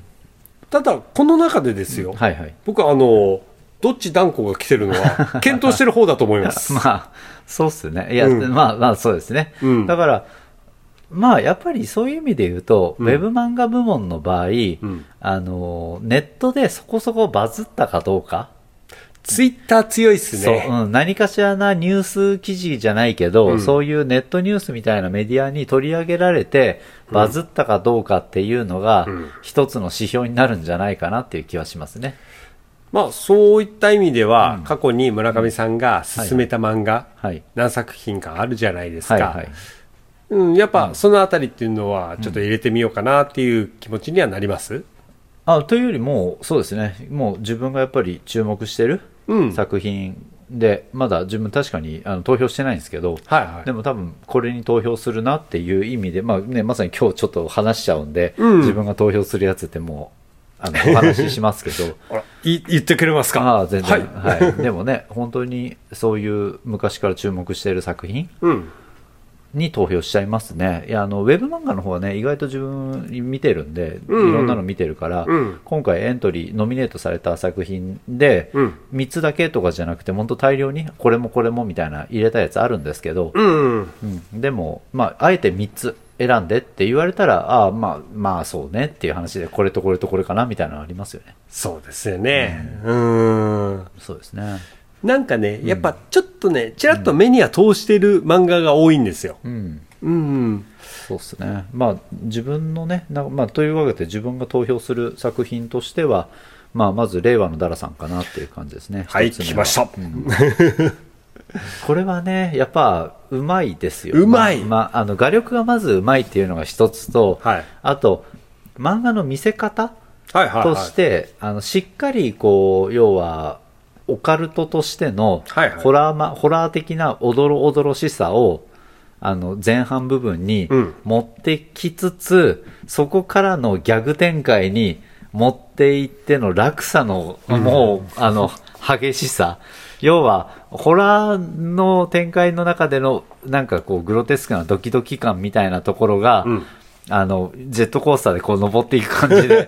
Speaker 1: ただこの中でですよ、
Speaker 2: はいはい
Speaker 1: 僕はあのどっち断固が来てるの
Speaker 2: *laughs*
Speaker 1: は検討してる方だと思います、
Speaker 2: まあそうっすねいや、
Speaker 1: うん
Speaker 2: まあまあそうですね、
Speaker 1: うん
Speaker 2: だからまあやっぱりそういう意味で言うと、
Speaker 1: うん
Speaker 2: ウェブ漫画部門の場合、
Speaker 1: うん
Speaker 2: あのネットでそこそこバズったかどうか、
Speaker 1: ツイッター強いっす
Speaker 2: そう
Speaker 1: ね
Speaker 2: うん、何かしらなニュース記事じゃないけど、
Speaker 1: うん
Speaker 2: そういうネットニュースみたいなメディアに取り上げられてバズったかどうかっていうのが、
Speaker 1: うん
Speaker 2: 一つの指標になるんじゃないかなっていう気はしますね。
Speaker 1: まあそういった意味では、過去に村上さんが勧めた漫画、
Speaker 2: はい、
Speaker 1: 何作品かあるじゃないですか、
Speaker 2: はい、はい
Speaker 1: うん、やっぱそのあたりっていうのはちょっと入れてみようかなっていう気持ちにはなります、
Speaker 2: あというよりもそうですねもう自分がやっぱり注目してる
Speaker 1: うん
Speaker 2: 作品で、まだ自分確かにあの投票してないんですけど、
Speaker 1: はいはい
Speaker 2: でも多分これに投票するなっていう意味で、まあね、まさに今日ちょっと話しちゃうんで、
Speaker 1: うん
Speaker 2: 自分が投票するやつってもうあのお話ししますけ
Speaker 1: *laughs*
Speaker 2: ど
Speaker 1: あらい言ってくれますか
Speaker 2: ああ全然、
Speaker 1: はい、
Speaker 2: はいでもね本当にそういう昔から注目している作品
Speaker 1: うん
Speaker 2: に投票しちゃいますねいやあのウェブ漫画の方はね意外と自分見てるんで、
Speaker 1: うん
Speaker 2: いろんなの見てるから、
Speaker 1: うん
Speaker 2: 今回エントリーノミネートされた作品で、
Speaker 1: うん
Speaker 2: 3つだけとかじゃなくて本当大量にこれもこれもみたいな入れたやつあるんですけど、
Speaker 1: うん
Speaker 2: うん、でも、まあ、あえて3つ選んでって言われたら、ああ、まあ、まあ、そうねっていう話で、これとこれとこれかなみたいなのありますよね。
Speaker 1: そうですよねうん
Speaker 2: そうですね。
Speaker 1: なんかねやっぱちょっとねちらっと目には通してる漫画が多いんですよ
Speaker 2: うん。
Speaker 1: うん
Speaker 2: そうですね。まあ、自分のね、なまあ、というわけで自分が投票する作品としては、まあ、まず、令和のダラさんかなっていう感じですね。
Speaker 1: はい
Speaker 2: 一つ目
Speaker 1: 来ました
Speaker 2: うんこれはね、やっぱ、うまいですよ。
Speaker 1: うまい
Speaker 2: まあ、あの、画力がまずうまいっていうのが一つと、
Speaker 1: はい
Speaker 2: あと、漫画の見せ方
Speaker 1: *laughs* はいはい
Speaker 2: と
Speaker 1: は
Speaker 2: し
Speaker 1: い
Speaker 2: て、あのしっかりこう要はオカルトとしての
Speaker 1: はいはい
Speaker 2: ホラー、まホラー的なおどろおどろしさをあの前半部分に
Speaker 1: うん
Speaker 2: 持ってきつつ、そこからのギャグ展開に持っていっての落差の、もうあの激しさ要はホラーの展開の中でのなんかこうグロテスクなドキドキ感みたいなところが、
Speaker 1: うん
Speaker 2: あの、ジェットコースターでこう登っていく感
Speaker 1: *laughs*
Speaker 2: じで、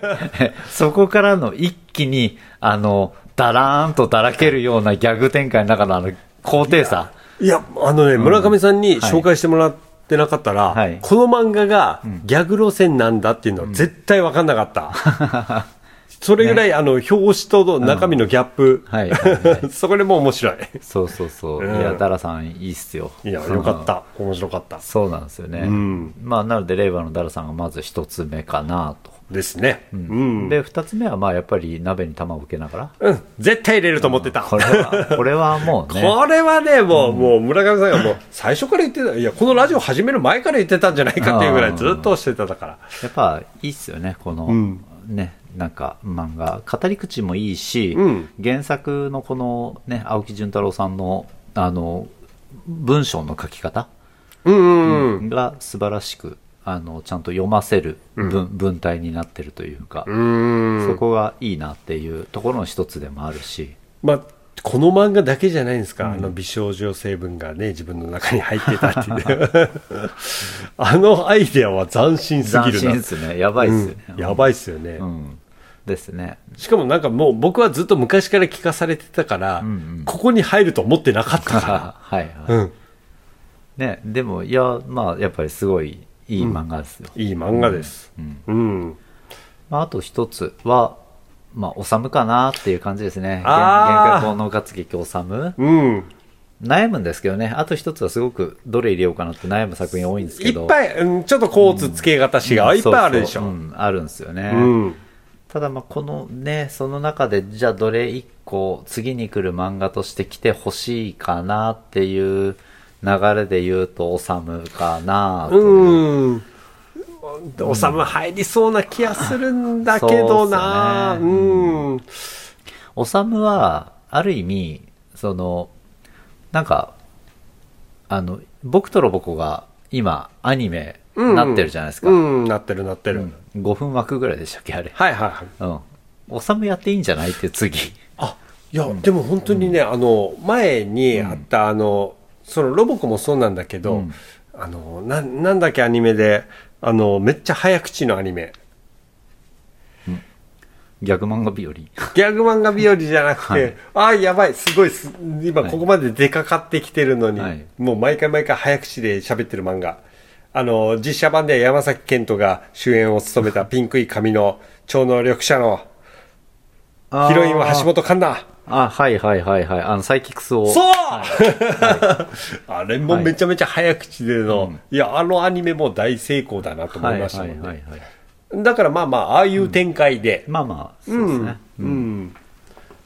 Speaker 2: そこからの一気に、あの、だらーんとだらけるようなギャグ展開の中のあの、高低差。
Speaker 1: いやあのね村上さんに紹介してもらってなかったら、
Speaker 2: はい *laughs*
Speaker 1: この漫画がギャグ路線なんだっていうのは絶対分かんなかった、それぐらい、あの表紙と中身のギャップ、
Speaker 2: はいはいはい
Speaker 1: *laughs* そこでもう面白い
Speaker 2: そうそうそう、
Speaker 1: うん
Speaker 2: いやダラさんいいっすよ
Speaker 1: いやよかった面白かった
Speaker 2: そうなんですよね、
Speaker 1: うん
Speaker 2: まあなので令和のダラさんがまず一つ目かなと、
Speaker 1: ですねうん、
Speaker 2: で二つ目はまあやっぱり鍋に玉を受けながら
Speaker 1: うん、絶対入れると思ってた、
Speaker 2: これはこれはもうね
Speaker 1: これはね、もう、もう村上さんがも
Speaker 2: *laughs*
Speaker 1: う、最初から言ってた、いや、このラジオ始める前から言ってたんじゃないかっていうぐらい、ずっとしてただから。
Speaker 2: やっぱいいっすよねこの、
Speaker 1: ん
Speaker 2: ねなんか漫画語り口もいいし、
Speaker 1: うん
Speaker 2: 原作のこのね青木純太郎さんのあの文章の書き方
Speaker 1: うんうんうん。
Speaker 2: が素晴らしくあのちゃんと読ませる文,、文体になってるというか、
Speaker 1: うん。
Speaker 2: そこがいいなっていうところの一つでもあるし
Speaker 1: まあ、この漫画だけじゃないんですか、あの美少女成分がね、自分の中に入ってたっていう。 *laughs* あのアイデアは斬新すぎ
Speaker 2: 斬
Speaker 1: る
Speaker 2: 新
Speaker 1: な。
Speaker 2: ですねやばいっすよね、
Speaker 1: うんやばいっすよね、
Speaker 2: うんで
Speaker 1: *laughs*
Speaker 2: すね
Speaker 1: しかもなんかもう僕はずっと昔から聞かされてたから、ここに入ると思ってなかったか
Speaker 2: はいはい、
Speaker 1: ら、うん、
Speaker 2: ねでもいやまあやっぱりすごいいい漫画ですよ、
Speaker 1: いい漫画です、うん、
Speaker 2: まあ、あと一つは、まあ、おさむかなっていう感じですね。
Speaker 1: あー
Speaker 2: 原原稿の活劇おさむ。
Speaker 1: うん、
Speaker 2: 悩むんですけどね、あと一つはすごくどれ入れようかなって悩む作品多いんですけ
Speaker 1: い
Speaker 2: ど。
Speaker 1: っぱい、うん、ちょっとコーツつけがたしが、いっぱいあるでしょ。
Speaker 2: そうそううんあるんですよね。
Speaker 1: うん
Speaker 2: ただまあこのね、その中でじゃあどれ一個次に来る漫画として来てほしいかなっていう流れで言うとおさむかなと
Speaker 1: うん。おさむ入りそうな気がするんだけどな。
Speaker 2: そうっすよね
Speaker 1: うん。
Speaker 2: おさむは、ある意味、その、なんか、あの、僕とロボコが今、アニメ、なってるじゃないですか。
Speaker 1: うん、なってるなってる。
Speaker 2: 5分枠ぐらいでしたっけ、あれ。
Speaker 1: はいはいはい。
Speaker 2: うん。おさむやっていいんじゃないって次。 *laughs*
Speaker 1: あ、いや、でも本当にね、あの、前にあった、あの、そのロボコもそうなんだけど、あの、な、なんだっけアニメで、あの、めっちゃ早口のアニメ。
Speaker 2: 逆漫画日和。
Speaker 1: ギャグ漫画日和じゃなくて、
Speaker 2: はい
Speaker 1: ああ、やばい、すごいす、今ここまで出かかってきてるのに、
Speaker 2: はい
Speaker 1: もう毎回毎回早口で喋ってる漫画。あの、実写版では山崎賢人が主演を務めたピンクい髪の超能力者のヒロインは橋
Speaker 2: 本。
Speaker 1: 本環奈。
Speaker 2: あ、はいはいはいはい。あの、サイキックスを。
Speaker 1: そう、 *laughs* あれもめちゃめちゃ早口での、い、や、あのアニメも大成功だなと思
Speaker 2: はいい
Speaker 1: ま
Speaker 2: はい
Speaker 1: したもんね。
Speaker 2: はいはい。
Speaker 1: だからまあまあ、ああいう展開で。
Speaker 2: まあまあ、そうですね。
Speaker 1: うん。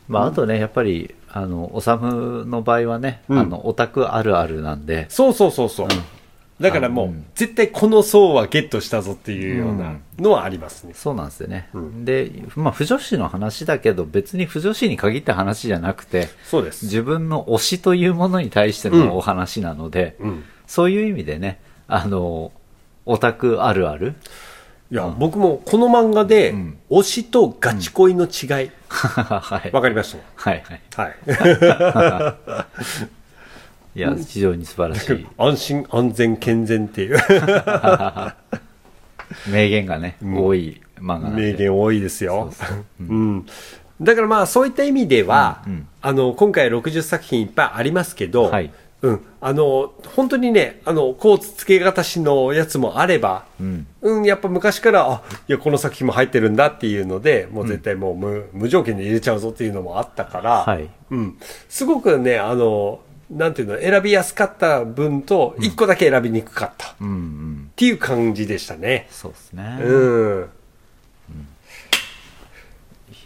Speaker 2: まあ、あとね、やっぱり、あの、おさむの場合はね、あの、オタクあるあるなんで、
Speaker 1: そうそうそうそう。だからもう、絶対この層はゲットしたぞっていうようなのはありますね。
Speaker 2: そうなんですよね、で、まあ、不女子の話だけど別に不女子に限った話じゃなくて
Speaker 1: そうです。
Speaker 2: 自分の推しというものに対してのお話なので、
Speaker 1: うん。
Speaker 2: そういう意味でねあのオタクある
Speaker 1: *laughs*
Speaker 2: ある
Speaker 1: いや、僕もこの漫画で、推しとガチ恋の違い、
Speaker 2: はい
Speaker 1: わかりましたね
Speaker 2: *laughs* はいはい
Speaker 1: はい。 *laughs*
Speaker 2: いや非常に素晴ら
Speaker 1: *laughs*
Speaker 2: しい
Speaker 1: 安心、安全、健全っていう
Speaker 2: 名言がね、多い漫画なん
Speaker 1: 名
Speaker 2: で
Speaker 1: 言多いですよ。
Speaker 2: そうそう
Speaker 1: うん。だからまあ、そういった意味では、
Speaker 2: うんうん
Speaker 1: あの、今回60作品いっぱいありますけど、
Speaker 2: はい
Speaker 1: うん。あの、本当にね、あの、コーツ付けがたしのやつもあれば、
Speaker 2: うん
Speaker 1: うん、やっぱ昔から、あ、いや、この作品も入ってるんだっていうので、もう絶対もう無,、無条件で入れちゃうぞっていうのもあったから、
Speaker 2: はい
Speaker 1: うん。すごくね、あの、なんていうの、選びやすかった分と、一個だけ選びにくかったっ
Speaker 2: うんうん
Speaker 1: ていう感じでしたね。
Speaker 2: そうですね、
Speaker 1: うん。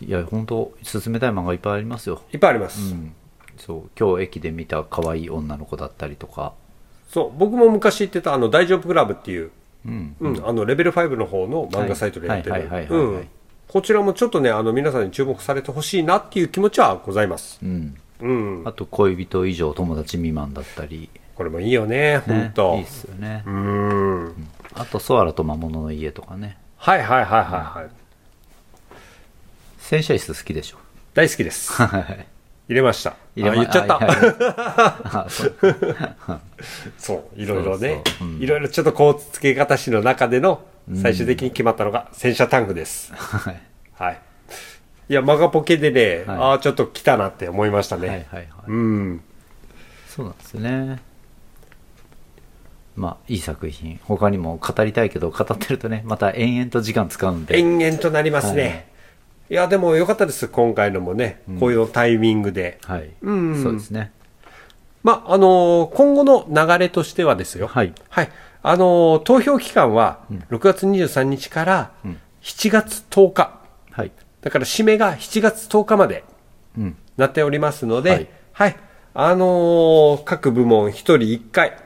Speaker 2: いや本当進めたい漫画いっぱいありますよ
Speaker 1: いっぱいあります。
Speaker 2: うんそう今日駅で見た可愛い女の子だったりとか
Speaker 1: そう、僕も昔言ってた、あの、大丈夫クラブっていう、
Speaker 2: うん
Speaker 1: うん、あの、レベル5の方の漫画サイトでやって
Speaker 2: はい
Speaker 1: る
Speaker 2: はいはい。は
Speaker 1: う
Speaker 2: いはい
Speaker 1: んこちらもちょっとね、あの、皆さんに注目されてほしいなっていう気持ちはございます。
Speaker 2: うん
Speaker 1: うん。
Speaker 2: あと恋人以上友達未満だったり、
Speaker 1: これもいいよね、
Speaker 2: ね
Speaker 1: 本当
Speaker 2: いいっすよね、
Speaker 1: うん。
Speaker 2: あと「ソアラと魔物の家」とかね
Speaker 1: はいはいはいはいはい。
Speaker 2: 洗車椅子好きでしょ *laughs*
Speaker 1: 大好きです。入
Speaker 2: はい
Speaker 1: れました。
Speaker 2: 入れ
Speaker 1: あ
Speaker 2: ま
Speaker 1: 言っちゃった。
Speaker 2: あは
Speaker 1: *laughs*
Speaker 2: いはいあそう
Speaker 1: そう、いろいろね
Speaker 2: そうそうう。ん
Speaker 1: いろいろちょっとこう付け方しの中での最終的に決まったのが洗車タンクです。
Speaker 2: はい
Speaker 1: はい。いや、マガポケでね、
Speaker 2: はい
Speaker 1: ああ、ちょっと来たなって思いました
Speaker 2: はい
Speaker 1: ね。
Speaker 2: はいはい
Speaker 1: うん。
Speaker 2: そうなんですよねまあいい作品他にも語りたいけど語ってるとねまた延々と時間使うんで
Speaker 1: 延々となりますね。いや、でも良かったです。今回のもね、こういうタイミングで。
Speaker 2: はい、
Speaker 1: うん
Speaker 2: そうですね
Speaker 1: まあ、あのー今後の流れとしてはですよ。
Speaker 2: はい
Speaker 1: あのー投票期間は、6月23日から7月10日。
Speaker 2: はい
Speaker 1: だから締めが7月10日まで
Speaker 2: うん
Speaker 1: なっておりますので、は
Speaker 2: はいい。
Speaker 1: あのー各部門1人1回、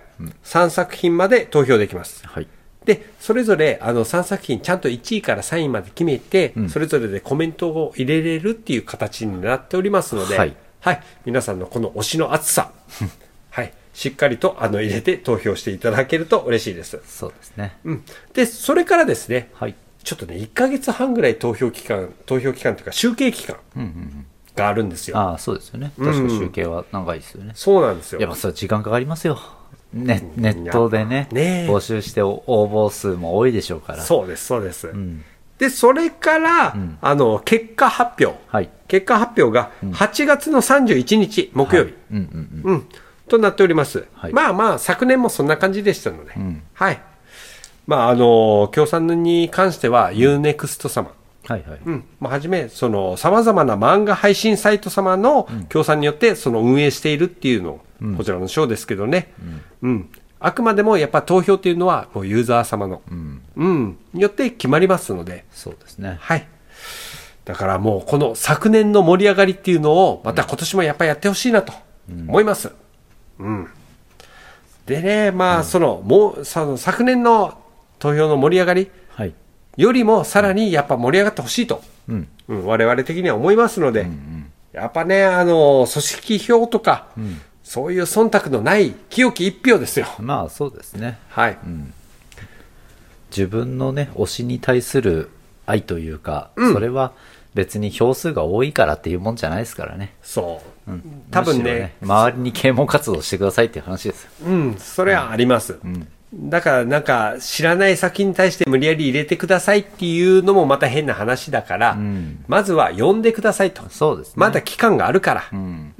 Speaker 1: 3作品まで投票できます。
Speaker 2: はい
Speaker 1: で、それぞれあの3作品ちゃんと1位から3位まで決めて、
Speaker 2: ん
Speaker 1: それぞれでコメントを入れれるっていう形になっておりますので、は
Speaker 2: はいい。
Speaker 1: 皆さんのこの推しの熱
Speaker 2: *laughs*
Speaker 1: さ、はい。しっかりとあの入れて投票していただけると嬉しいです。
Speaker 2: そうですね
Speaker 1: うん。で、それからですね、
Speaker 2: はい
Speaker 1: ちょっとね、1ヶ月半ぐらい投票期間、投票期間というか集計期間があるんですよ。
Speaker 2: ああそうですよね確か集計は長いですよね、
Speaker 1: そうなんですよ。
Speaker 2: やっぱそれ時間かかりますよねネットでね
Speaker 1: ねえ
Speaker 2: 募集して応募数も多いでしょうから
Speaker 1: そうです、そうです。
Speaker 2: ん
Speaker 1: で、それから、
Speaker 2: ん
Speaker 1: あの、結果発表。
Speaker 2: はい
Speaker 1: 結果発表が8月の31日、木曜日、
Speaker 2: うんうん
Speaker 1: うん、となっております、
Speaker 2: はい
Speaker 1: まあまあ、昨年もそんな感じでしたので、
Speaker 2: ん
Speaker 1: はい。まあ、あの、共産に関しては、UNEXT 様、
Speaker 2: うんはいはい、
Speaker 1: うん、もうはじめ、その、様々な漫画配信サイト様の協賛によって、その運営しているっていうのを、こちらの賞ですけどね、うん、あくまでもやっぱ投票っていうのは、もうユーザー様の、うん、によって決まりますので、
Speaker 2: そうですね
Speaker 1: はい。だからもう、この昨年の盛り上がりっていうのを、また今年もやっぱりやってほしいなと思います。うん。でね、まあ、その、もう、その昨年の投票の盛り上がり、
Speaker 2: はい
Speaker 1: よりもさらにやっぱ盛り上がってほしいと、
Speaker 2: うん
Speaker 1: うん、我々的には思いますので、やっぱね、あの、組織票とか、そういう忖度のない清き一票ですよ。
Speaker 2: まあそうですね
Speaker 1: はい。
Speaker 2: 自分のね推しに対する愛というか、それは別に票数が多いからっていうもんじゃないですからね
Speaker 1: そう。多分
Speaker 2: むしろ
Speaker 1: ね、
Speaker 2: 周りに啓蒙活動してくださいっていう話ですよ
Speaker 1: うん、それはあります。だからなんか知らない先に対して無理やり入れてくださいっていうのもまた変な話だから、まずは呼んでくださいと。
Speaker 2: そうですね
Speaker 1: まだ期間があるから。うん。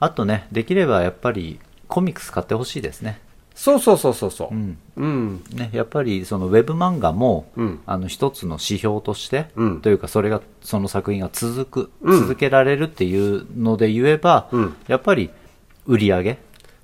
Speaker 2: あとねできればやっぱりコミックス買ってほしいですね
Speaker 1: そうそうそうそうそう。
Speaker 2: ん
Speaker 1: うん。
Speaker 2: ね、やっぱりそのウェブ漫画も、
Speaker 1: ん
Speaker 2: あの一つの指標として、
Speaker 1: うん
Speaker 2: というかそれがその作品が続く、
Speaker 1: うん
Speaker 2: 続けられるっていうので言えば、
Speaker 1: うん
Speaker 2: やっぱり売り上げ、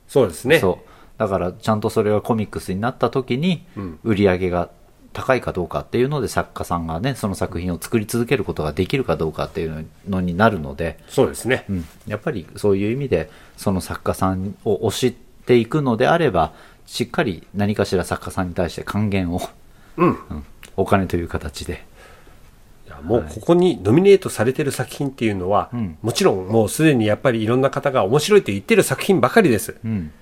Speaker 1: そうですね。
Speaker 2: そうだからちゃんとそれがコミックスになった時に売り上げが高いかどうかっていうので作家さんがねその作品を作り続けることができるかどうかっていうのになるので、
Speaker 1: そうですね。
Speaker 2: うん、やっぱりそういう意味でその作家さんを推していくのであればしっかり何かしら作家さんに対して還元を、
Speaker 1: うん。
Speaker 2: うんお金という形で
Speaker 1: いやもうここにノミネートされてる作品っていうのは、
Speaker 2: ん
Speaker 1: もちろんもうすでにやっぱりいろんな方が面白いと言ってる作品ばかりです。
Speaker 2: ん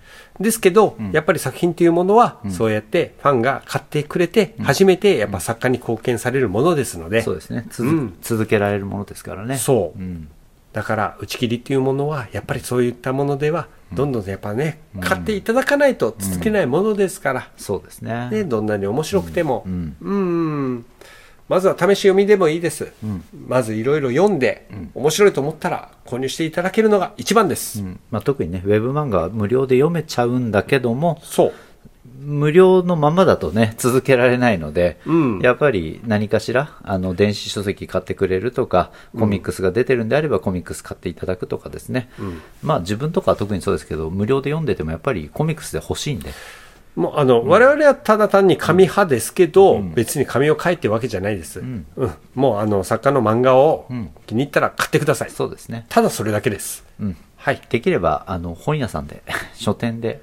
Speaker 1: ですけど、やっぱり作品というものは、そうやってファンが買ってくれて、初めてやっぱ作家に貢献されるものですので、
Speaker 2: そうですね続,、
Speaker 1: うん
Speaker 2: 続けられるものですからね
Speaker 1: そう、
Speaker 2: ん
Speaker 1: だから打ち切りっていうものはやっぱりそういったものでは、どんどんやっぱね、買っていただかないと続けないものですから、
Speaker 2: そうですね
Speaker 1: ね、どんなに面白くても、うん、まずは試し読みでもいいです。まずいろいろ読んで、面白いと思ったら購入していただけるのが一番です。
Speaker 2: うんまあ、特にねウェブ漫画は無料で読めちゃうんだけども
Speaker 1: そう。
Speaker 2: 無料のままだとね続けられないので、
Speaker 1: うん
Speaker 2: やっぱり何かしらあの電子書籍買ってくれるとかコミックスが出てるんであればコミックス買っていただくとかですね、まあ自分とかは特にそうですけど無料で読んでてもやっぱりコミックスで欲しいんで
Speaker 1: もうあの、我々はただ単に紙派ですけど、別に紙を書いてるわけじゃないです。うん。もうあの、作家の漫画を気に入ったら買ってください。
Speaker 2: そうですね
Speaker 1: ただそれだけです。
Speaker 2: うん
Speaker 1: はい。
Speaker 2: できればあの本屋さんで *laughs* 書店で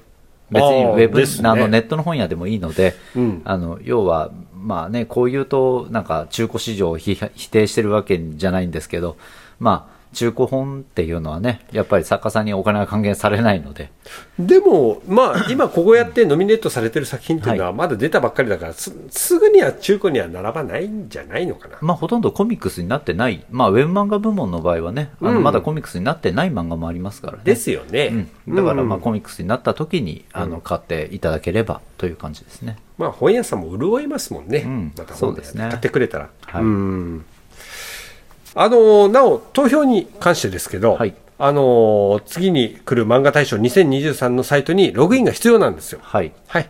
Speaker 2: 別に
Speaker 1: あー
Speaker 2: ウェブ
Speaker 1: ですね
Speaker 2: あのネットの本屋でもいいので、
Speaker 1: うん
Speaker 2: あの要は、まあね、こう言うとなんか中古市場をひ否定してるわけじゃないんですけど、まあ、中古本っていうのはねやっぱり作家さんにお金が還元されないので
Speaker 1: でも、まあ、今ここやってノミネートされてる作品っていうのはまだ出たばっかりだから、すすぐには中古には並ばないんじゃないのかな。
Speaker 2: まあ、ほとんどコミックスになってない、まあ、ウェブ漫画部門の場合はねあの
Speaker 1: うん
Speaker 2: まだコミックスになってない漫画もありますからね。
Speaker 1: ですよね。
Speaker 2: うん、だからまあ
Speaker 1: うん
Speaker 2: コミックスになった時にあの買っていただければという感じですね。
Speaker 1: まあ、本屋さんも潤いますもんね、
Speaker 2: ん
Speaker 1: また
Speaker 2: そ
Speaker 1: 本
Speaker 2: う
Speaker 1: で
Speaker 2: ですね
Speaker 1: 買ってくれたら。
Speaker 2: はい
Speaker 1: うんあのなお、投票に関してですけど、
Speaker 2: はい
Speaker 1: あの次に来る漫画大賞2023のサイトにログインが必要なんですよ。
Speaker 2: はい、
Speaker 1: はい、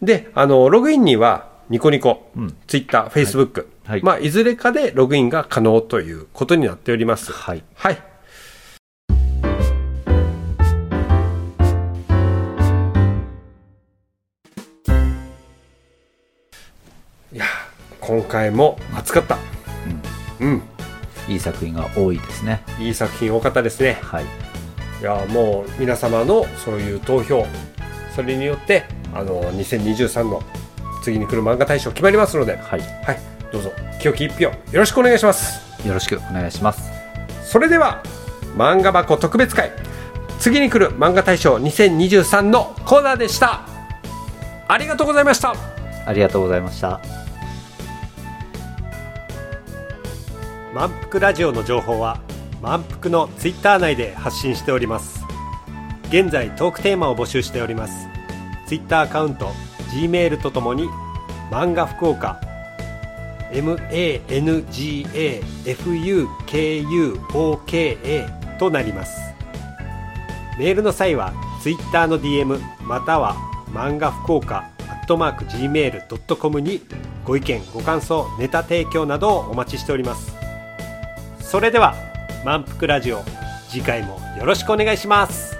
Speaker 1: であのログインにはニコニコ、
Speaker 2: うん
Speaker 1: ツイッター、フェイスブック、
Speaker 2: はい
Speaker 1: まあ、いずれかでログインが可能ということになっております。
Speaker 2: はい
Speaker 1: はい。いや、今回も暑かった。うん、
Speaker 2: いい作品が多いですね
Speaker 1: いい作品多かったですね。
Speaker 2: はい
Speaker 1: いや、もう皆様のそういう投票、それによって、あの、2023の次に来る漫画大賞決まりますので、
Speaker 2: はい
Speaker 1: はい、どうぞ、清き一票、よろしくお願いします。
Speaker 2: よろしくお願いします
Speaker 1: それでは漫画箱特別会次に来る漫画大賞2023のコーナーでしたありがとうございました
Speaker 2: ありがとうございました
Speaker 1: 満腹ラジオの情報は満腹のツイッター内で発信しております現在トークテーマを募集しておりますツイッターアカウント G メールとともに漫画福岡 mangafukuoka となりますメールの際はツイッターの DM または漫画福岡アットマーク Gmail.com にご意見ご感想ネタ提供などをお待ちしておりますそれでは満腹ラジオ次回もよろしくお願いします